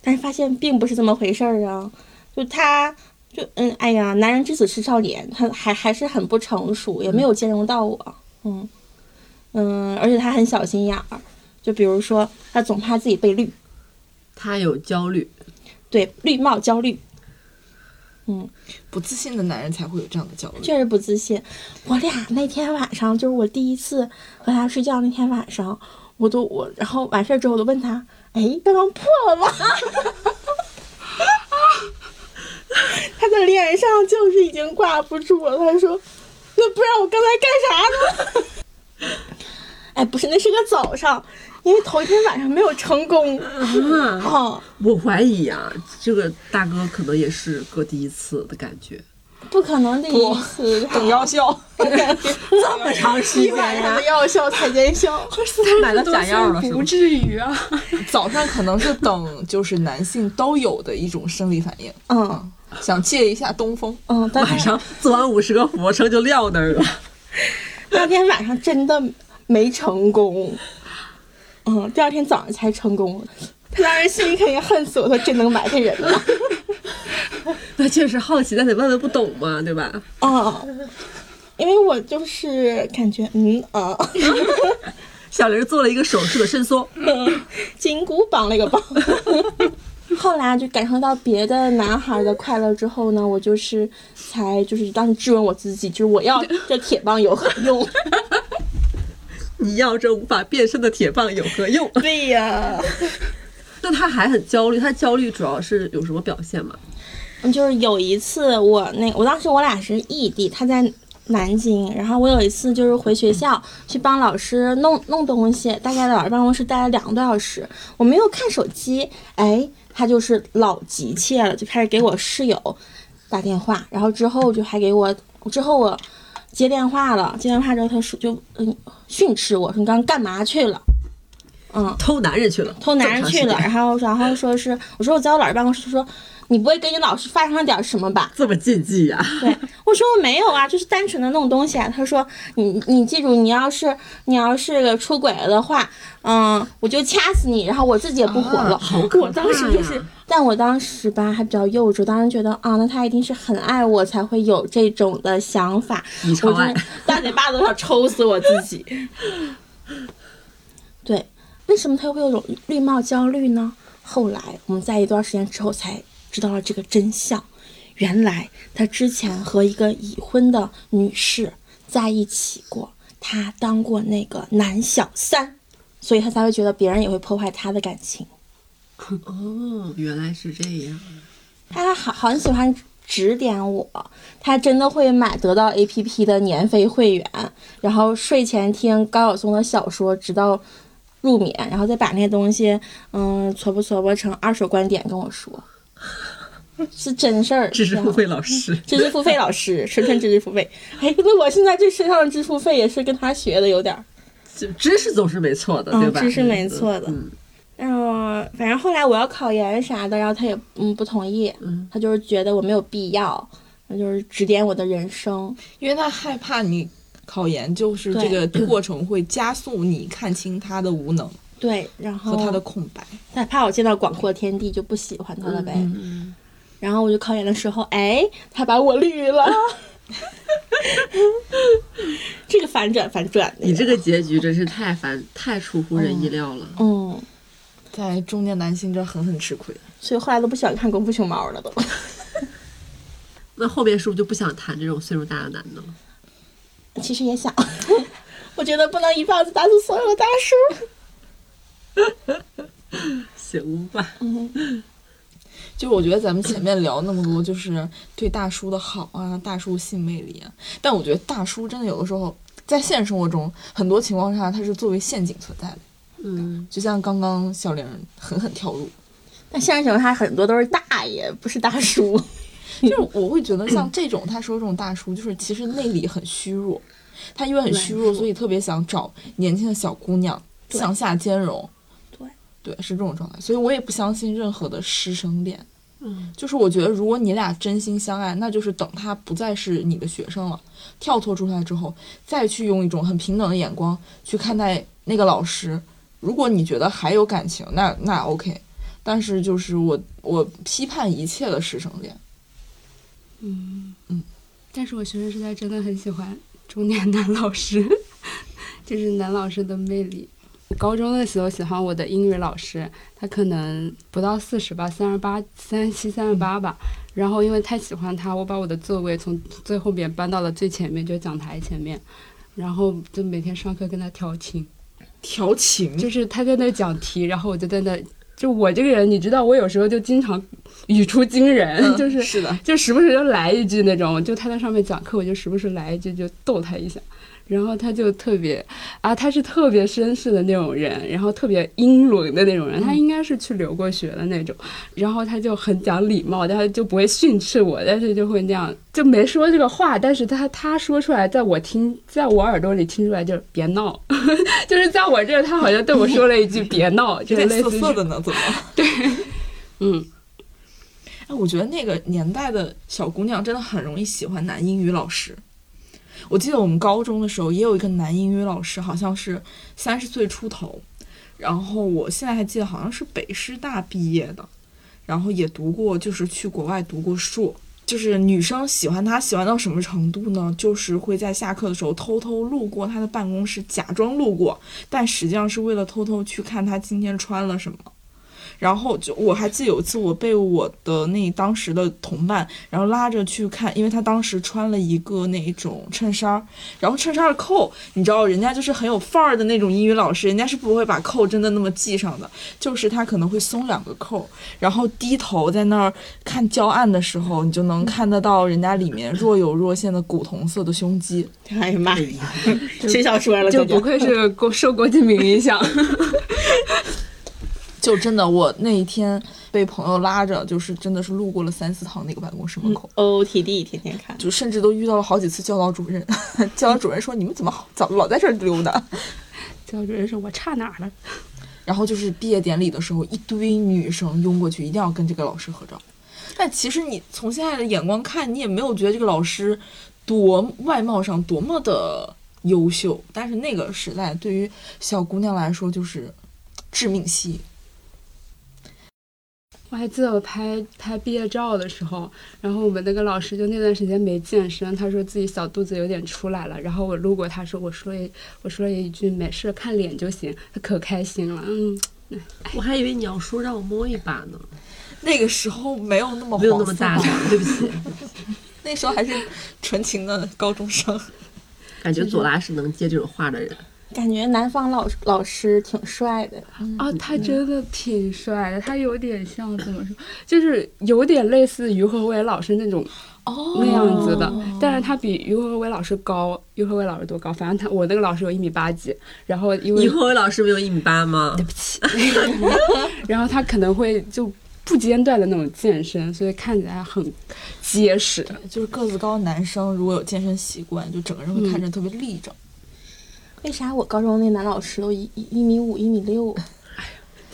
[SPEAKER 1] 但是发现并不是这么回事儿啊！就他，就嗯，哎呀，男人之子是少年，他还还是很不成熟，也没有兼容到我，嗯嗯，而且他很小心眼儿，就比如说他总怕自己被绿，
[SPEAKER 2] 他有焦虑，
[SPEAKER 1] 对绿帽焦虑，
[SPEAKER 3] 不自信的男人才会有这样的焦虑。
[SPEAKER 1] 确实不自信。我俩那天晚上，就是我第一次和他睡觉那天晚上，我都我，然后完事儿之后，我都问他，哎，刚刚破了吗？ 他的脸上就是已经挂不住了。他说：“那不然我刚才干啥呢？” 哎，不是，那是个早上，因为头一天晚上没有成功
[SPEAKER 2] 啊
[SPEAKER 1] 啊。
[SPEAKER 2] 我怀疑啊，这个大哥可能也是哥第一次的感觉，
[SPEAKER 1] 不可能第一次，
[SPEAKER 3] 等药效，
[SPEAKER 2] 这么长时
[SPEAKER 1] 一晚上的药效太见效。
[SPEAKER 2] 买了假药了是
[SPEAKER 4] 不
[SPEAKER 2] 吗？
[SPEAKER 4] 至于啊。
[SPEAKER 3] 早上可能是等就是男性都有的一种生理反应，
[SPEAKER 1] 嗯
[SPEAKER 3] 想借一下东风。
[SPEAKER 1] 嗯，但
[SPEAKER 2] 晚
[SPEAKER 1] 是
[SPEAKER 2] 上做完五十个俯卧撑就撂那儿了，
[SPEAKER 1] 那天晚上真的没成功，嗯，第二天早上才成功。他当时心里肯定恨死我，说真能埋汰人了
[SPEAKER 2] 那确实好奇，但得问问不懂嘛，对吧？
[SPEAKER 1] 啊！因为我就是感觉，嗯 啊，
[SPEAKER 2] 小玲做了一个手势的伸缩，
[SPEAKER 1] 金箍绑了个棒。 后来就感受到别的男孩的快乐之后呢，我就是才就是当时质问我自己，就是我要这铁棒有何用？
[SPEAKER 2] 你要这无法变身的铁棒有何用？
[SPEAKER 1] 对呀、
[SPEAKER 2] 那他还很焦虑，他焦虑主要是有什么表现吗？
[SPEAKER 1] 就是有一次我那我当时我俩是异地，他在南京，然后我有一次就是回学校去帮老师弄弄东西，大概在老师办公室待了两个多小时，我没有看手机，哎，他就是老急切了，就开始给我室友打电话，然后之后就还给我之后我接电话了，接电话之后他说就嗯训斥我说你刚刚干嘛去了，嗯。
[SPEAKER 2] 偷男人去了，
[SPEAKER 1] 偷男人去了， 然后然后说是我说我在我老师办公室，他说你不会跟你老师发生了点什么吧？
[SPEAKER 2] 这么禁忌呀、
[SPEAKER 1] 对，我说我没有啊，就是单纯的弄东西啊。他说你你记住，你要是你要是个出轨了的话，嗯，我就掐死你，然后我自己也不活了。我当时就是，但我当时吧还比较幼稚，当时觉得啊，那他一定是很爱我才会有这种的想法。
[SPEAKER 2] 你
[SPEAKER 1] 我
[SPEAKER 2] 超爱
[SPEAKER 1] 真的，大嘴巴子都想抽死我自己。对，为什么他会有种绿帽焦虑呢？后来我们在一段时间之后才知道了这个真相，原来他之前和一个已婚的女士在一起过，他当过那个男小三，所以他才会觉得别人也会破坏他的感情。
[SPEAKER 2] 哦，原来是这样。
[SPEAKER 1] 他好很喜欢指点我，他真的会买得到 A P P 的年费会员，然后睡前听高晓松的小说，直到入眠，然后再把那些东西，嗯，撮吧撮吧成二手观点跟我说，是真事儿。
[SPEAKER 2] 知识
[SPEAKER 1] 然
[SPEAKER 2] 付
[SPEAKER 1] 后
[SPEAKER 2] 费老师，
[SPEAKER 1] 知识付费老师，纯纯知识付费。哎，那我现在这身上的知识付费也是跟他学的，有点儿。
[SPEAKER 2] 就知识总是没错的，
[SPEAKER 1] 嗯
[SPEAKER 2] 对吧？
[SPEAKER 1] 知识没错的
[SPEAKER 2] 嗯，
[SPEAKER 1] 然后反正后来我要考研啥的，然后他也嗯不同意，
[SPEAKER 2] 嗯
[SPEAKER 1] 他就是觉得我没有必要，他就是指点我的人生。
[SPEAKER 3] 因为他害怕你考研，就是
[SPEAKER 1] 对
[SPEAKER 3] 这 个过程会加速你看清他的无能
[SPEAKER 1] 对，然
[SPEAKER 3] 和
[SPEAKER 1] 后
[SPEAKER 3] 他的空白。
[SPEAKER 1] 他怕我见到广阔天地就不喜欢他了呗。然后我就考研的时候，哎，他把我绿了。 这个反转反转的，
[SPEAKER 2] 你这个结局真是太烦，太出乎人意料了。
[SPEAKER 1] 嗯，
[SPEAKER 3] 在中年男性这狠狠吃亏。
[SPEAKER 1] 所以后来都不喜欢看《功夫熊猫》了都。
[SPEAKER 2] 那后面是不是就不想谈这种岁数大的男的了？
[SPEAKER 1] 其实也想， 我觉得不能一棒子打死所有的大叔。
[SPEAKER 2] 行吧，
[SPEAKER 3] 就我觉得咱们前面聊那么多，就是对大叔的好啊，大叔性魅力啊。但我觉得大叔真的有的时候，在现实生活中，很多情况下他是作为陷阱存在的。
[SPEAKER 2] 嗯，
[SPEAKER 3] 就像刚刚小玲狠狠跳入，
[SPEAKER 1] 但现实生活还很多都是大爷，不是大叔。
[SPEAKER 3] 就是我会觉得像这种他说这种大叔，就是其实内里很虚弱，他因为很虚弱，所以特别想找年轻的小姑娘
[SPEAKER 1] 对
[SPEAKER 3] 向下兼容。
[SPEAKER 1] 对，
[SPEAKER 3] 对，是这种状态，所以我也不相信任何的师生恋。
[SPEAKER 2] 嗯，
[SPEAKER 3] 就是我觉得如果你俩真心相爱，那就是等他不再是你的学生了，跳脱出来之后，再去用一种很平等的眼光去看待那个老师。如果你觉得还有感情，那那 OK。但是就是我我批判一切的师生恋，
[SPEAKER 4] 嗯，嗯，但是我学生时代真的很喜欢中年男老师， 就是男老师的魅力。我高中的时候喜欢我的英语老师，他可能不到四十吧，三十八、三十七、三十八吧。然后因为太喜欢他，我把我的座位从最后边搬到了最前面，就讲台前面。然后就每天上课跟他调情，
[SPEAKER 3] 调情
[SPEAKER 4] 就是他在那讲题，然后我就在那，就我这个人，你知道，我有时候就经常语出惊人，就是
[SPEAKER 3] 嗯是的，
[SPEAKER 4] 就时不时就来一句那种，就他在上面讲课，我就时不时来一句就逗他一下，然后他就特别啊，他是特别绅士的那种人，然后特别英伦的那种人，他应该是去留过学的那种，然后他就很讲礼貌，但他就不会训斥我，但是就会那样就没说这个话，但是他他说出来，在我听，在我耳朵里听出来就是别闹， 就是在我这儿他好像对我说了一句别 闹，就
[SPEAKER 3] 有点
[SPEAKER 4] 是类
[SPEAKER 3] 涩
[SPEAKER 4] 似于
[SPEAKER 3] 涩的呢， 怎么？
[SPEAKER 4] 嗯，
[SPEAKER 3] 哎，我觉得那个年代的小姑娘真的很容易喜欢男英语老师。我记得我们高中的时候也有一个男英语老师，好像是三十岁出头，然后我现在还记得好像是北师大毕业的，然后也读过，就是去国外读过硕。就是女生喜欢他喜欢到什么程度呢？就是会在下课的时候偷偷路过他的办公室，假装路过，但实际上是为了偷偷去看他今天穿了什么。然后就我还记得有一次，我被我的那当时的同伴，然后拉着去看，因为他当时穿了一个那种衬衫儿，然后衬衫儿的扣，你知道人家就是很有范儿的那种英语老师，人家是不会把扣真的那么系上的，就是他可能会松两个扣，然后低头在那儿看教案的时候，你就能看得到人家里面若有若现的古铜色的胸肌。
[SPEAKER 1] 哎呀妈呀， 学小说了，
[SPEAKER 4] 就
[SPEAKER 1] 这
[SPEAKER 4] 不愧是国受郭敬明影响。
[SPEAKER 3] 就真的，我那一天被朋友拉着，就是真的是路过了三四堂那个办公室门口。
[SPEAKER 1] O T D 天天看。
[SPEAKER 3] 就甚至都遇到了好几次教导主任， 教导主任说你们怎么好早老在这儿溜达？
[SPEAKER 4] 教主任说：“我差哪儿了？
[SPEAKER 3] 然后就是毕业典礼的时候，一堆女生拥过去，一定要跟这个老师合照。但其实你从现在的眼光看，你也没有觉得这个老师多外貌上多么的优秀，但是那个时代对于小姑娘来说就是致命吸引。
[SPEAKER 4] 我还记得我拍拍毕业照的时候，然后我们那个老师就那段时间没健身，他说自己小肚子有点出来了，然后我路过他说我说一我说了一句没事看脸就行，他可开心了，嗯，
[SPEAKER 2] 我还以为你要说让我摸一把呢，
[SPEAKER 3] 那个时候没有那么
[SPEAKER 2] 没有那
[SPEAKER 3] 黄
[SPEAKER 2] 么
[SPEAKER 3] 色
[SPEAKER 2] 大
[SPEAKER 3] 吧，
[SPEAKER 2] 胆，对不起。
[SPEAKER 3] 那时候还是纯情的高中生。
[SPEAKER 2] 感觉左拉是能接这种话的人，
[SPEAKER 1] 感觉南方老老师挺帅的，
[SPEAKER 4] 啊，他真的挺帅的，他有点像怎么说，就是有点类似于和伟老师那种
[SPEAKER 3] 哦
[SPEAKER 4] 那样子的，但是他比于和伟老师高，于和伟老师多高？反正他我那个老师有一米八几，然后因为
[SPEAKER 2] 以后老师没有一米八吗
[SPEAKER 4] 对？不起，然后他可能会就不间断的那种健身，所以看起来很结实。
[SPEAKER 3] 就是个子高的男生，如果有健身习惯，就整个人会
[SPEAKER 4] 嗯
[SPEAKER 3] 看着特别立正。
[SPEAKER 1] 为啥我高中那男老师都一一一米五、一米六？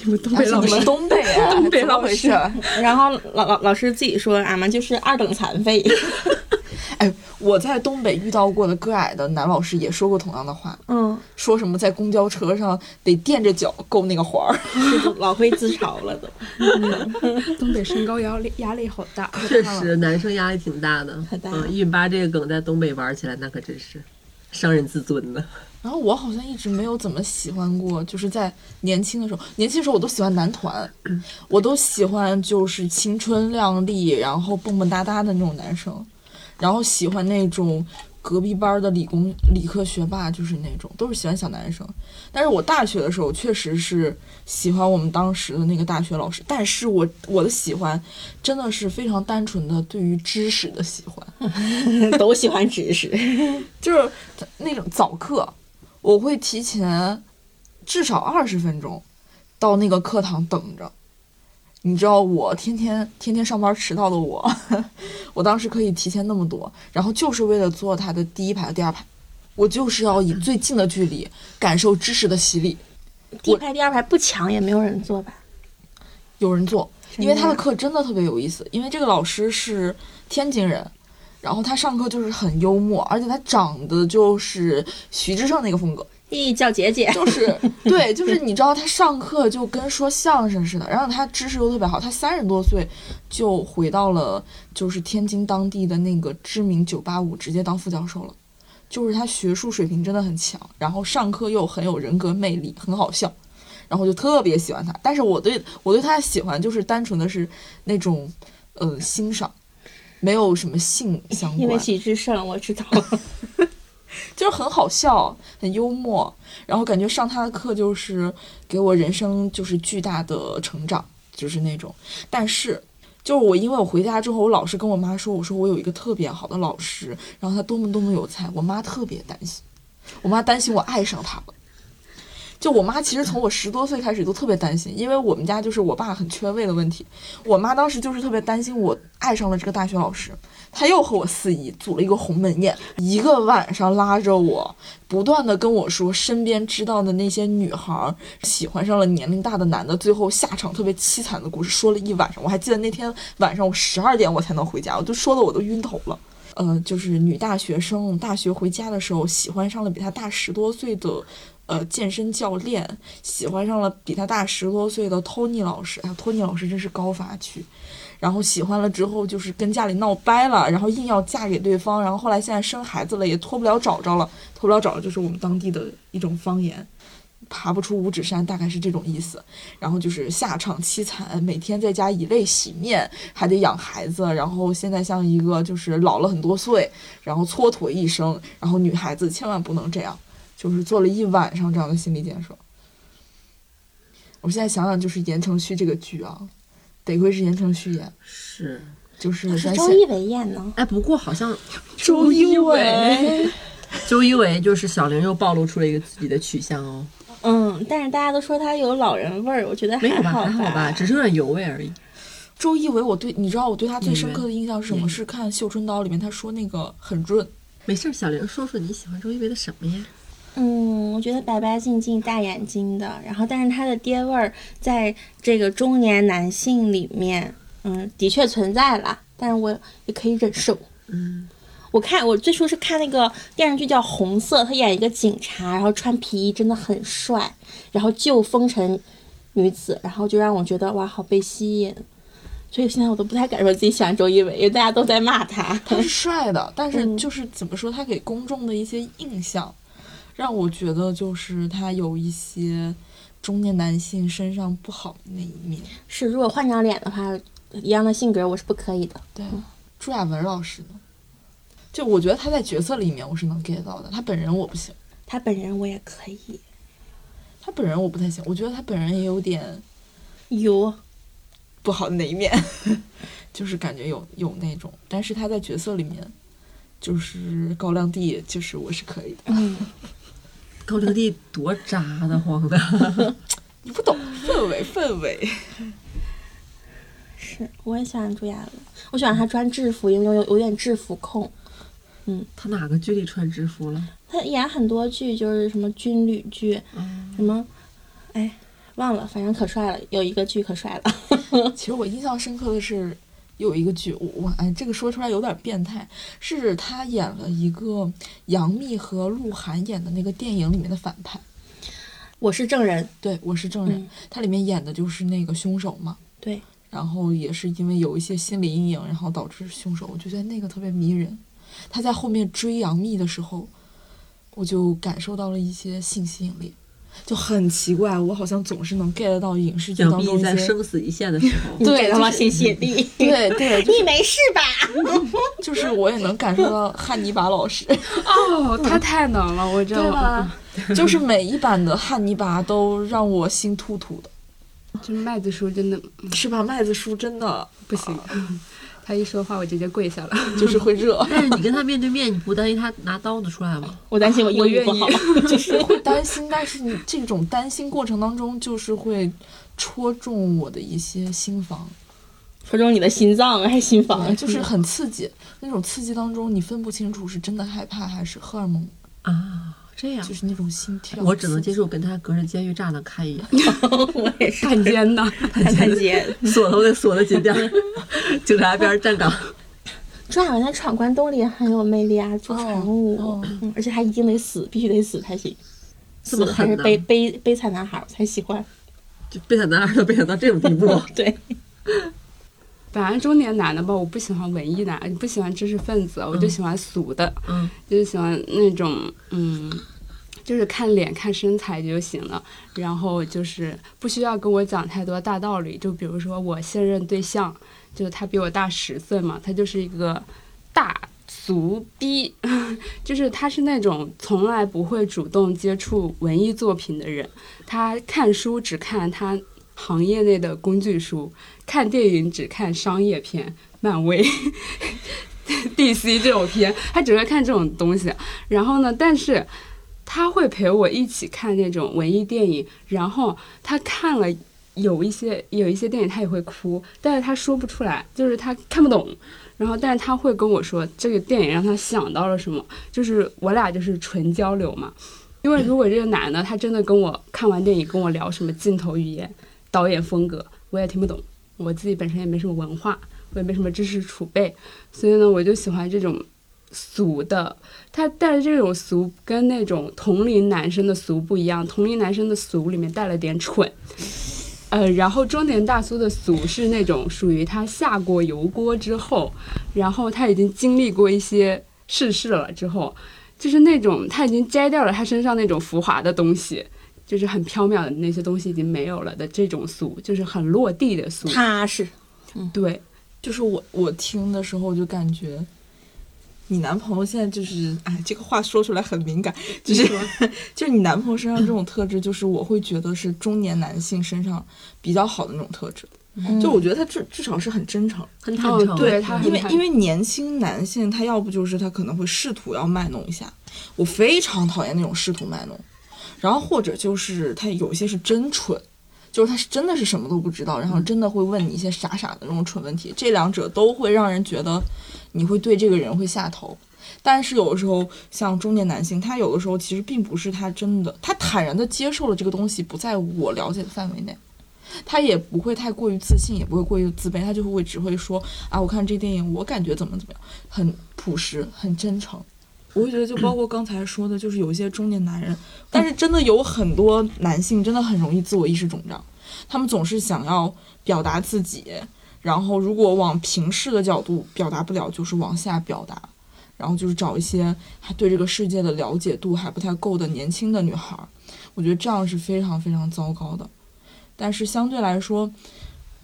[SPEAKER 4] 你们东
[SPEAKER 3] 而
[SPEAKER 4] 北
[SPEAKER 3] 且
[SPEAKER 4] 老
[SPEAKER 3] 你们
[SPEAKER 4] 师，
[SPEAKER 3] 东北啊，
[SPEAKER 4] 东北
[SPEAKER 3] 怎么
[SPEAKER 4] 老
[SPEAKER 3] 回
[SPEAKER 4] 师
[SPEAKER 3] 事儿？
[SPEAKER 1] 然后老老老师自己说，俺们就是二等残废。
[SPEAKER 3] 哎，我在东北遇到过的个矮的男老师也说过同样的话，
[SPEAKER 1] 嗯，
[SPEAKER 3] 说什么在公交车上得垫着脚够那个环儿。
[SPEAKER 1] 这都 老会自嘲了都，
[SPEAKER 4] 东北身高压力压力好大。
[SPEAKER 2] 确实，男生压力挺大的。
[SPEAKER 1] 很大
[SPEAKER 2] 嗯，一米八这个梗在东北玩起来，那可真是伤人自尊的。
[SPEAKER 3] 然后我好像一直没有怎么喜欢过，就是在年轻的时候，年轻的时候我都喜欢男团，我都喜欢就是青春靓丽，然后蹦蹦哒哒的那种男生，然后喜欢那种隔壁班的理工理科学霸，就是那种都是喜欢小男生。但是我大学的时候确实是喜欢我们当时的那个大学老师，但是我我的喜欢真的是非常单纯的对于知识的喜欢。
[SPEAKER 1] 都喜欢知识。
[SPEAKER 3] 就是那种早课，我会提前至少二十分钟到那个课堂等着。你知道我天天天天上班迟到的我， 我当时可以提前那么多，然后就是为了坐他的第一排、第二排，我就是要以最近的距离感受知识的洗礼。
[SPEAKER 1] 第一排、第二排不抢也没有人坐吧？
[SPEAKER 3] 有人做，
[SPEAKER 4] 真
[SPEAKER 3] 因为他的
[SPEAKER 4] 的
[SPEAKER 3] 课真的特别有意思。因为这个老师是天津人，然后他上课就是很幽默，而且他长得就是徐志胜那个风格，
[SPEAKER 1] 咦，叫姐 姐，
[SPEAKER 3] 就是 对，就是你知道他上课就跟说相声似的，然后他知识又特别好，他三十多岁就回到了就是天津当地的那个知名九八五，直接当副教授了。就是他学术水平真的很强，然后上课又很有人格魅力，很好笑，然后就特别喜欢他。但是我对我对他的喜欢就是单纯的是那种呃欣赏，没有什么性相关。
[SPEAKER 1] 因为许志胜，我 知道。
[SPEAKER 3] 就是很好笑，很幽默，然后感觉上他的课就是给我人生就是巨大的成长，就是那种。但是，就是我因为我回家之后，我老是跟我妈说，我说我有一个特别好的老师，然后他多么多么有才，我妈特别担心，我妈担心我爱上他了。就我妈其实从我十多岁开始都特别担心，因为我们家就是我爸很缺位的问题，我妈当时就是特别担心我爱上了这个大学老师，他又和我四姨组了一个鸿门宴，一个晚上拉着我，不断的跟我说身边知道的那些女孩儿喜欢上了年龄大的男的，最后下场特别凄惨的故事，说了一晚上。我还记得那天晚上我十二点我才能回家，我都说的我都晕头了。呃，就是女大学生大学回家的时候，喜欢上了比她大十多岁的。呃，健身教练喜欢上了比她大十多岁的托尼老师，啊，托尼老师真是高发区。然后喜欢了之后就是跟家里闹掰了，然后硬要嫁给对方，然后后来现在生孩子了也脱不了找着了，脱不了找着就是我们当地的一种方言，爬不出五指山大概是这种意思。然后就是下场凄惨，每天在家以泪洗面，还得养孩子，然后现在像一个就是老了很多岁，然后蹉跎一生。然后女孩子千万不能这样，就是做了一晚上这样的心理建设。我现在想想，就是言承旭这个剧啊，得亏是言承旭演。
[SPEAKER 2] 是，
[SPEAKER 3] 就是
[SPEAKER 1] 是
[SPEAKER 3] 咱
[SPEAKER 1] 周
[SPEAKER 3] 现
[SPEAKER 1] 一围演 呢？
[SPEAKER 2] 哎，不过好像
[SPEAKER 3] 周一围，
[SPEAKER 2] 周一围就是小玲又暴露出了一个自己的取向哦，
[SPEAKER 1] 嗯，但是大家都说他有老人味儿，我觉得
[SPEAKER 2] 没有
[SPEAKER 1] 还
[SPEAKER 2] 吧，
[SPEAKER 1] 好
[SPEAKER 2] 还好吧，只是有点油味而已。
[SPEAKER 3] 周一围，我对你知道我对他最深
[SPEAKER 2] 演员
[SPEAKER 3] 刻的印象是什
[SPEAKER 2] 演
[SPEAKER 3] 么？
[SPEAKER 2] 员
[SPEAKER 3] 是看《绣春刀》里面他说那个很润，
[SPEAKER 2] 没事儿，小玲说说你喜欢周一围的什么呀？
[SPEAKER 1] 嗯，我觉得白白净净、大眼睛的，然后但是他的爹味儿在这个中年男性里面，嗯，的确存在了，但是我也可以忍受。
[SPEAKER 2] 嗯，
[SPEAKER 1] 我看我最初是看那个电视剧叫《红色》，他演一个警察，然后穿皮衣，真的很帅，然后救风尘女子，然后就让我觉得哇，好被吸引。所以现在我都不太敢说自己喜欢周一围，因为大家都在骂他。
[SPEAKER 3] 他 是帅的，但是就是怎么说，他给公众的一些印象，让我觉得就是他有一些中年男性身上不好的那一面。
[SPEAKER 1] 是，如果换张脸的话，一样的性格我是不可以的。
[SPEAKER 3] 对，朱亚文老师呢？就我觉得他在角色里面我是能 get 到的，他本人我不行，
[SPEAKER 1] 他本人我也可以，
[SPEAKER 3] 他本人我不太行，我觉得他本人也有点
[SPEAKER 1] 有
[SPEAKER 3] 不好的那一面， 就是感觉有有那种，但是他在角色里面就是高亮地，就是我是可以的，
[SPEAKER 2] 高成帝多渣的慌的，
[SPEAKER 3] 你不懂氛围氛围。
[SPEAKER 1] 是，我也喜欢朱亚文，我喜欢他穿制服，因为我有有点制服控。
[SPEAKER 2] 他哪个剧里穿制服了？
[SPEAKER 1] 他演很多剧，就是什么军旅剧，
[SPEAKER 2] 嗯
[SPEAKER 1] 什么，哎，忘了，反正可帅了，有一个剧可帅了。
[SPEAKER 3] 其实我印象深刻的是有一个剧，我我哎，这个说出来有点变态，是他演了一个杨幂和鹿晗演的那个电影里面的反派。
[SPEAKER 1] 我是证人，
[SPEAKER 3] 对，我是证人，
[SPEAKER 1] 嗯
[SPEAKER 3] 他里面演的就是那个凶手嘛。
[SPEAKER 1] 对，
[SPEAKER 3] 然后也是因为有一些心理阴影，然后导致凶手，我就觉得那个特别迷人。他在后面追杨幂的时候，我就感受到了一些性吸引力，就很奇怪，我好像总是能 get 到影视剧
[SPEAKER 2] 蒋
[SPEAKER 3] 当
[SPEAKER 2] 碧
[SPEAKER 3] 中一
[SPEAKER 2] 在
[SPEAKER 3] 些。
[SPEAKER 2] 生死一线的时 候，，
[SPEAKER 1] 你
[SPEAKER 3] 对
[SPEAKER 1] 给他了
[SPEAKER 3] 就是
[SPEAKER 1] 信吸引力。
[SPEAKER 3] 对对，就
[SPEAKER 1] 你
[SPEAKER 3] 是
[SPEAKER 1] 没事吧？
[SPEAKER 3] 就是我也能感受到汉尼拔老师，
[SPEAKER 4] 哦，他太能了，我真的
[SPEAKER 1] 吧？
[SPEAKER 3] 就是每一版的汉尼拔都让我心突突的，
[SPEAKER 4] 就麦子叔真的
[SPEAKER 3] 是吧？麦子叔真的
[SPEAKER 4] 不行，他一说话我直接跪下了。
[SPEAKER 3] 就是会 热
[SPEAKER 2] 但是你跟他面对面，你不担心他拿刀子出来吗？
[SPEAKER 1] 我担心我英
[SPEAKER 4] 我
[SPEAKER 1] 语
[SPEAKER 4] 愿
[SPEAKER 1] 不
[SPEAKER 4] 意
[SPEAKER 1] 好。
[SPEAKER 3] 就是 会担心，但是你这种担心过程当中，就是会戳中我的一些心房，
[SPEAKER 1] 戳中你的心脏还是心
[SPEAKER 2] 啊
[SPEAKER 1] 房？
[SPEAKER 2] 嗯
[SPEAKER 3] 就是很刺激。那种刺激当中，你分不清楚是真的害怕还是荷尔蒙，
[SPEAKER 2] 啊，这样
[SPEAKER 3] 就，是那种心跳。
[SPEAKER 2] 我只能接受跟他隔着监狱栅栏看一眼，
[SPEAKER 1] 我也是。
[SPEAKER 4] 汉奸呢？
[SPEAKER 1] 看看姐，
[SPEAKER 2] 锁头得锁得紧点儿， 警察边儿站岗。
[SPEAKER 1] 朱亚文在《闯关东》里也很有魅力啊，做船务，
[SPEAKER 3] 哦
[SPEAKER 1] 嗯，而且他一定得死，必须得死才行。
[SPEAKER 2] 这
[SPEAKER 1] 死
[SPEAKER 2] 么
[SPEAKER 1] 了才
[SPEAKER 2] 狠
[SPEAKER 1] 是
[SPEAKER 2] 呢
[SPEAKER 1] 悲悲悲惨男孩，我才喜欢。
[SPEAKER 2] 就被想男二都被想到这种地步，
[SPEAKER 1] 对，
[SPEAKER 4] 本来中年男的吧，我不喜欢文艺男，不喜欢知识分子，我就喜欢俗的，
[SPEAKER 2] 嗯，
[SPEAKER 4] 就是喜欢那种嗯，就是看脸看身材就行了，然后就是不需要跟我讲太多大道理。就比如说我现任对象，就是他比我大十岁嘛，他就是一个大。俗逼， 就是他是那种从来不会主动接触文艺作品的人，他看书只看他行业内的工具书，看电影只看商业片，漫威、DC 这种片，他只会看这种东西。啊然后呢，但是他会陪我一起看那种文艺电影，然后他看了。有一些有一些电影他也会哭，但是他说不出来，就是他看不懂。然后，但是他会跟我说这个电影让他想到了什么，就是我俩就是纯交流嘛。因为如果这个男的他真的跟我看完电影跟我聊什么镜头语言、导演风格，我也听不懂，我自己本身也没什么文化，我也没什么知识储备，所以呢，我就喜欢这种俗的。他带着这种俗跟那种同龄男生的俗不一样，同龄男生的俗里面带了点蠢。呃，然后中年大叔的俗是那种属于他下过油锅之后，然后他已经经历过一些世事了之后，就是那种他已经摘掉了他身上那种浮华的东西，就是很缥缈的那些东西已经没有了的这种俗，就是很落地的俗。
[SPEAKER 1] 踏实。
[SPEAKER 4] 对，
[SPEAKER 3] 就是我我听的时候我就感觉，你男朋友现在就是，哎，这个话说出来很敏感，就是
[SPEAKER 4] 说
[SPEAKER 3] 就是你男朋友身上这种特质，就是我会觉得是中年男性身上比较好的那种特质，
[SPEAKER 2] 嗯
[SPEAKER 3] 就我觉得他至至少是很真诚，
[SPEAKER 2] 很坦诚。
[SPEAKER 4] 哦对他
[SPEAKER 3] 因
[SPEAKER 4] 很
[SPEAKER 3] 为
[SPEAKER 4] 坦
[SPEAKER 3] 因为年轻男性他要不就是他可能会试图要卖弄一下，我非常讨厌那种试图卖弄，然后或者就是他有一些是真蠢。就是他是真的是什么都不知道，然
[SPEAKER 4] 嗯
[SPEAKER 3] 后真的会问你一些傻傻的那种蠢问题，这两者都会让人觉得你会对这个人会下头。但是有的时候，像中年男性，他有的时候其实并不是他真的，他坦然的接受了这个东西不在我了解的范围内，他也不会太过于自信，也不会过于自卑，他就会只会说啊，我看这电影，我感觉怎么怎么样，很朴实，很真诚。我会觉得，就包括刚才说的，就是有一些中年男人，但是真的有很多男性真的很容易自我意识肿胀，他们总是想要表达自己，然后如果往平视的角度表达不了，就是往下表达，然后就是找一些还对这个世界的了解度还不太够的年轻的女孩儿，我觉得这样是非常非常糟糕的。但是相对来说，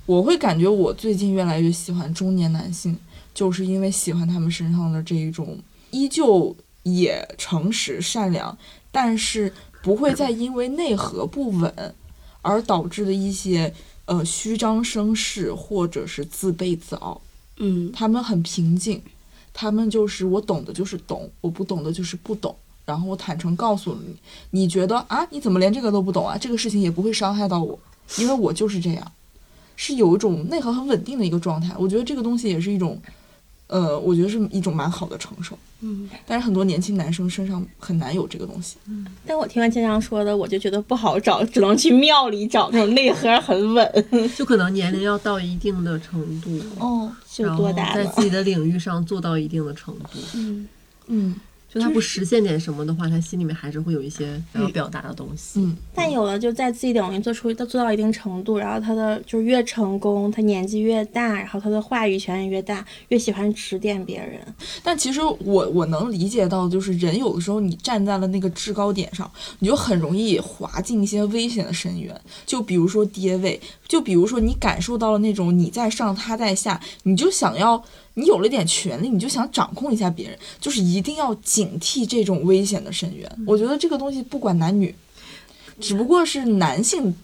[SPEAKER 3] 我会感觉我最近越来越喜欢中年男性，就是因为喜欢他们身上的这一种依旧也诚实善良，但是不会再因为内核不稳而导致的一些呃虚张声势或者是自卑自傲。
[SPEAKER 4] 嗯，
[SPEAKER 3] 他们很平静，他们就是我懂的就是懂，我不懂的就是不懂。然后我坦诚告诉你，你觉得啊，你怎么连这个都不懂啊？这个事情也不会伤害到我，因为我就是这样，是有一种内核很稳定的一个状态。我觉得这个东西也是一种，呃，我觉得是一种蛮好的承受。
[SPEAKER 4] 嗯，
[SPEAKER 3] 但是很多年轻男生身上很难有这个东西。
[SPEAKER 1] 但我听完千香说的，我就觉得不好找，只能去庙里找那种内核很稳。
[SPEAKER 2] 就可能年龄要到一定的程度，
[SPEAKER 3] 哦，
[SPEAKER 1] 是
[SPEAKER 2] 然
[SPEAKER 1] 有
[SPEAKER 2] 后
[SPEAKER 1] 多大
[SPEAKER 2] 在
[SPEAKER 1] 了
[SPEAKER 2] 自？己的领域上做到一定的程度。
[SPEAKER 4] 嗯
[SPEAKER 3] 嗯
[SPEAKER 2] 就他不实现点什么的话，他心里面还是会有一些想要表达的东西。
[SPEAKER 3] 嗯，
[SPEAKER 1] 但有的就在自己领域做出做到一定程度，然后他的就是越成功，他年纪越大，然后他的话语权也越大，越喜欢指点别人。
[SPEAKER 3] 但其实我我能理解到，就是人有的时候你站在了那个制高点上，你就很容易滑进一些危险的深渊。就比如说跌位，就比如说你感受到了那种你在上他在下，你就想要你有了点权利，你就想掌控一下别人，就是一定要警惕这种危险的深渊。我觉得这个东西不管男女，只不过是男性。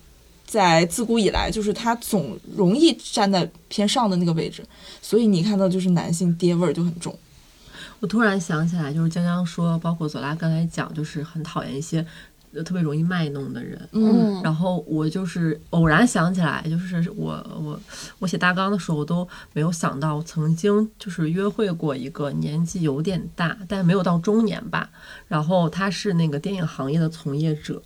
[SPEAKER 3] 在自古以来，就是他总容易站在偏上的那个位置，所以你看到就是男性爹味儿就很重。
[SPEAKER 2] 我突然想起来，就是江江说，包括左拉刚才讲，就是很讨厌一些呃特别容易卖弄的人。
[SPEAKER 3] 嗯，
[SPEAKER 2] 然后我就是偶然想起来，就是我我我写大纲的时候，我都没有想到，曾经就是约会过一个年纪有点大，但没有到中年吧。然后他是那个电影行业的从业者，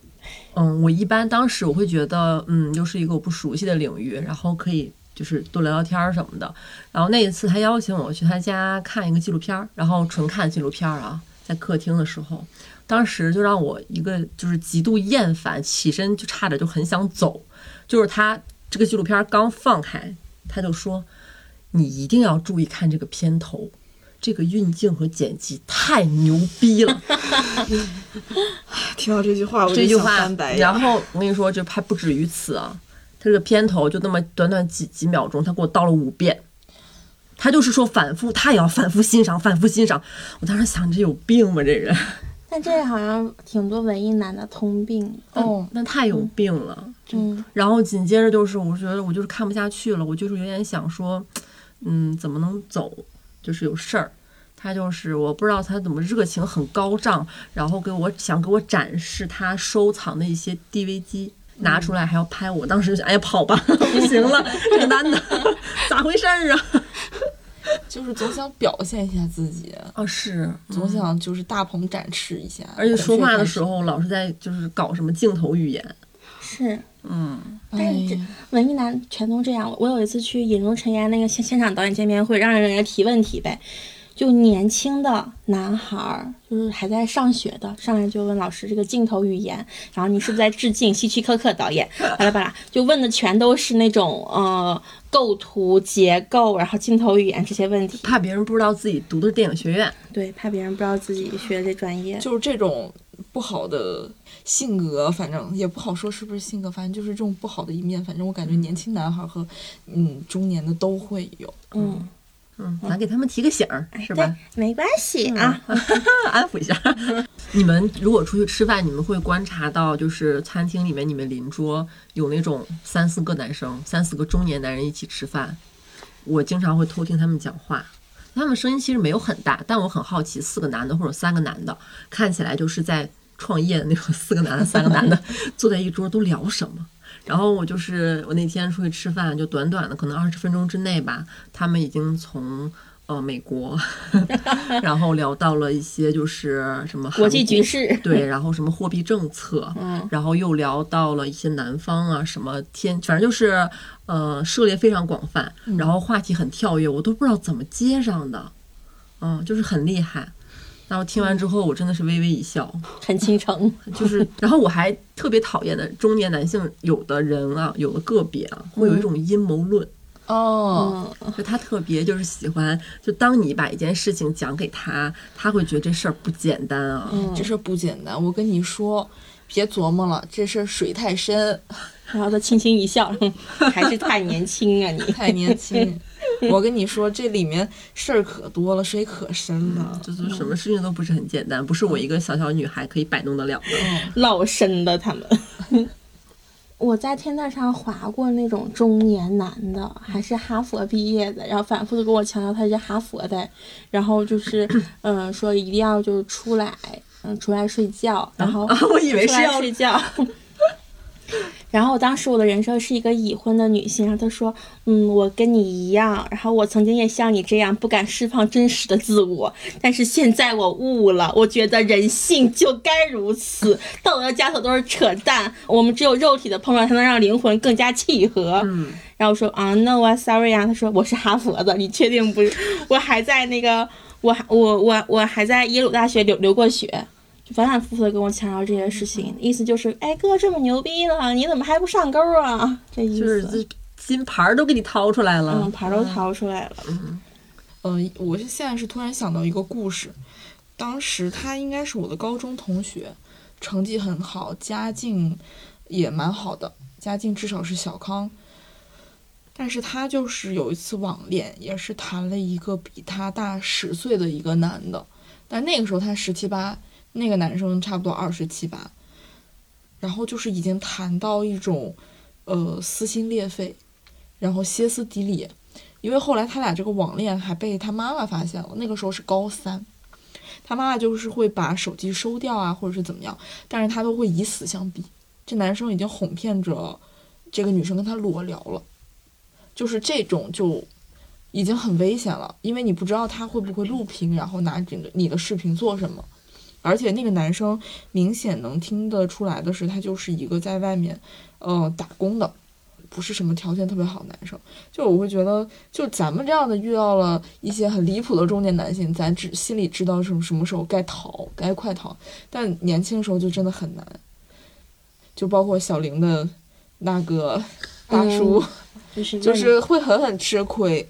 [SPEAKER 2] 嗯，我一般当时我会觉得，嗯，又是一个我不熟悉的领域，然后可以就是多聊聊天儿什么的。然后那一次他邀请我去他家看一个纪录片儿，然后纯看纪录片儿啊，在客厅的时候，当时就让我一个就是极度厌烦，起身就差点就很想走。就是他这个纪录片儿刚放开，他就说：“你一定要注意看这个片头。”这个运镜和剪辑太牛逼了，
[SPEAKER 5] 听到这句话， 我
[SPEAKER 2] 这
[SPEAKER 5] 就
[SPEAKER 2] 句
[SPEAKER 5] 想
[SPEAKER 2] 话
[SPEAKER 5] 翻白。眼。
[SPEAKER 2] 然后我跟你说，这还不止于此啊，他这个片头就那么短短几几秒钟，他给我倒了五遍。他就是说反复，他也要反复欣赏，反复欣赏。我当时想，这有病吧，这人，
[SPEAKER 1] 但这好像挺多文艺男的通病。
[SPEAKER 3] 哦，
[SPEAKER 2] 那太有病了。
[SPEAKER 1] 嗯，
[SPEAKER 2] 然后紧接着就是，我觉得我就是看不下去了，我就是有点想说，嗯，怎么能走？就是有事儿。他就是我不知道他怎么热情很高涨，然后给我想给我展示他收藏的一些 DV 机。拿出来还要拍我，当时就想，哎呀，跑吧， 不行了，这个男的咋回事儿啊？
[SPEAKER 3] 就是总想表现一下自己，
[SPEAKER 2] 啊，是，
[SPEAKER 3] 总想就是大鹏展翅一下。
[SPEAKER 2] 而且说话的时
[SPEAKER 3] 孔
[SPEAKER 2] 候老是在就是搞什么镜头语言，
[SPEAKER 1] 是
[SPEAKER 2] 嗯，
[SPEAKER 3] 雀开
[SPEAKER 1] 但是
[SPEAKER 3] 屏，
[SPEAKER 1] 文艺男全都这样。我有一次去《引入尘烟》那个现现场导演见面会，让人家提问题呗，就年轻的男孩儿，就是还在上学的，上来就问老师这个镜头语言，然后你是不是在致敬希区柯克导演？巴拉巴拉，就问的全都是那种呃构图、结构，然后镜头语言这些问题。
[SPEAKER 2] 怕别人不知道自己读的是电影学院，
[SPEAKER 1] 对，怕别人不知道自己学这专业
[SPEAKER 3] 哎。就是这种不好的性格，反正也不好说是不是性格，反正就是这种不好的一面。反正我感觉年轻男孩和嗯中年的都会有。
[SPEAKER 1] 嗯，
[SPEAKER 2] 嗯，哎咱给他们提个醒儿，是吧
[SPEAKER 1] 哎
[SPEAKER 2] 嗯
[SPEAKER 1] 对？，没关系啊。
[SPEAKER 2] 安抚一下。 你们如果出去吃饭，你们会观察到，就是餐厅里面你们邻桌有那种三四个男生、三四个中年男人一起吃饭，我经常会偷听他们讲话。他们声音其实没有很大，但我很好奇，四个男的或者三个男的，看起来就是在创业的那种，四个男的、三个男的 坐在一桌都聊什么？然后我就是我那天出去吃饭，就短短的可能二十分钟之内吧，他们已经从呃美国， 然后聊到了一些就是什么
[SPEAKER 1] 国际
[SPEAKER 2] 韩
[SPEAKER 1] 局势，
[SPEAKER 2] 对，然后什么货币政策，
[SPEAKER 1] 嗯，
[SPEAKER 2] 然后又聊到了一些南方啊，什么天，反正就是呃涉猎非常广泛，然后话题很跳跃，我都不知道怎么接上的，嗯，就是很厉害。然后听完之后，我真的是微微一笑，
[SPEAKER 1] 很倾城。
[SPEAKER 2] 就是，然后我还特别讨厌的中年男性，有的人啊，有的个别啊，会有一种阴谋论，
[SPEAKER 3] 哦，
[SPEAKER 1] 嗯，
[SPEAKER 2] 就他特别就是喜欢，就当你把一件事情讲给他，他会觉得这事儿不简单啊。
[SPEAKER 3] 嗯这事儿不简单。我跟你说，别琢磨了，这事儿水太深，
[SPEAKER 1] 然后他轻轻一笑， 还是太年轻啊你。
[SPEAKER 3] 太 年轻。我跟你说，这里面事儿可多了，水可深了。
[SPEAKER 2] 就是什么事情都不是很简单，不是我一个小小女孩可以摆弄得了 的。
[SPEAKER 1] 老深了他们。 我在天台上划过那种中年男的，还是哈佛毕业的，然后反复的跟我强调他是哈佛的，然后就是，嗯、说一定要就是出来，嗯，出来睡觉，然 后
[SPEAKER 2] 我以为
[SPEAKER 1] 啊出
[SPEAKER 2] 是
[SPEAKER 1] 来
[SPEAKER 2] 要
[SPEAKER 1] 睡觉。 然后当时我的人设是一个已婚的女性，然后她说，嗯，我跟你一样，然后我曾经也像你这样不敢释放真实的自我，但是现在我悟了，我觉得人性就该如此，道德枷锁都是扯淡，我们只有肉体的碰撞才能让灵魂更加契合。嗯，然后我说啊，no 啊，sorry 啊，他说我是哈佛的，你确定不是？我还在那个，我还我我我还在耶鲁大学留留过学。就反反复复的跟我强调这些事
[SPEAKER 2] 嗯
[SPEAKER 1] 情，意思就是，哎哥这么牛逼呢，你怎么还不上钩啊？ 这意
[SPEAKER 2] 就是
[SPEAKER 1] 思，
[SPEAKER 2] 这金牌儿都给你掏出来了
[SPEAKER 1] 嗯，，牌都掏出来了，
[SPEAKER 3] 嗯、我是现在是突然想到一个故事，当时他应该是我的高中同学，成绩很好，家境也蛮好的，家境至少是小康。但是他就是有一次网恋，也是谈了一个比他大十岁的一个男的，但那个时候他十七八，那个男生差不多二十七八，然后就是已经谈到一种，呃，撕心裂肺，然后歇斯底里，因为后来他俩这个网恋还被他妈妈发现了，那个时候是高三，他妈妈就是会把手机收掉啊，或者是怎么样，但是他都会以死相逼。这男生已经哄骗着这个女生跟他裸聊了，就是这种就已经很危险了，因为你不知道他会不会录屏，然后拿你的你的视频做什么。而且那个男生明显能听得出来的是，他就是一个在外面，呃，打工的，不是什么条件特别好的男生。就我会觉得，就咱们这样的遇到了一些很离谱的中年男性，咱只心里知道什么什么时候该逃，该快逃。但年轻时候就真的很难，就包括小玲的那个大叔，
[SPEAKER 1] 就是
[SPEAKER 3] 就是会狠狠吃亏。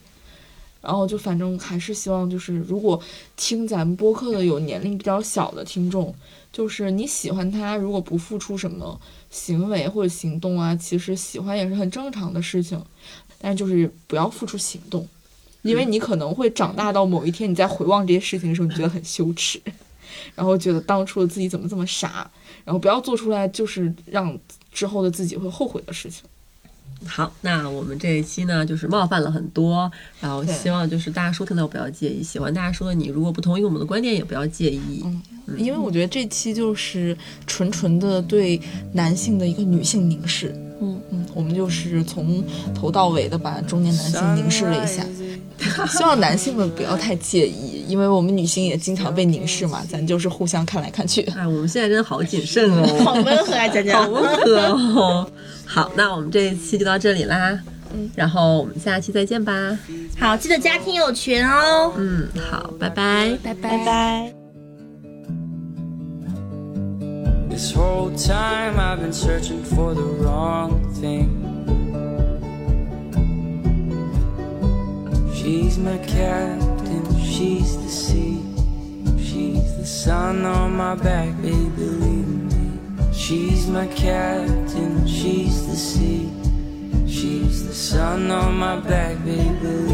[SPEAKER 3] 然后就反正还是希望，就是如果听咱们播客的有年龄比较小的听众，就是你喜欢他，如果不付出什么行为或者行动啊，其实喜欢也是很正常的事情，但是就是不要付出行动，因为你可能会长大到某一天，你在回望这些事情的时候，你觉得很羞耻，然后觉得当初的自己怎么这么傻，然后不要做出来就是让之后的自己会后悔的事情。
[SPEAKER 2] 好，那我们这一期呢，就是冒犯了很多，然后
[SPEAKER 3] 对
[SPEAKER 2] 希望就是大家收听到不要介意，喜欢大家说的你，如果不同意我们的观点也不要介意。
[SPEAKER 3] 因为我觉得这期就是纯纯的对男性的一个女性凝视，
[SPEAKER 1] 嗯
[SPEAKER 3] 嗯，我们就是从头到尾的把中年男性凝视了一下，希望男性们不要太介意，因为我们女性也经常被凝视嘛，咱就是互相看来看去。
[SPEAKER 2] 哎，我们现在真的好谨慎哦，
[SPEAKER 1] 好温和啊，讲
[SPEAKER 2] 好
[SPEAKER 1] 讲。
[SPEAKER 2] 温和哦。好，那我们这一期就到这里啦，嗯，然后我们下期再见吧。
[SPEAKER 1] 好，记得加听友群哦，
[SPEAKER 2] 嗯，好，拜拜。
[SPEAKER 4] 拜拜
[SPEAKER 1] 拜拜。
[SPEAKER 6] This whole time I've been searching for the wrong thing. She's my captain, she's the sea. She's the sun on my back, baby, believe me. She's my captain, she's the sea. She's the sun on my back, baby, believe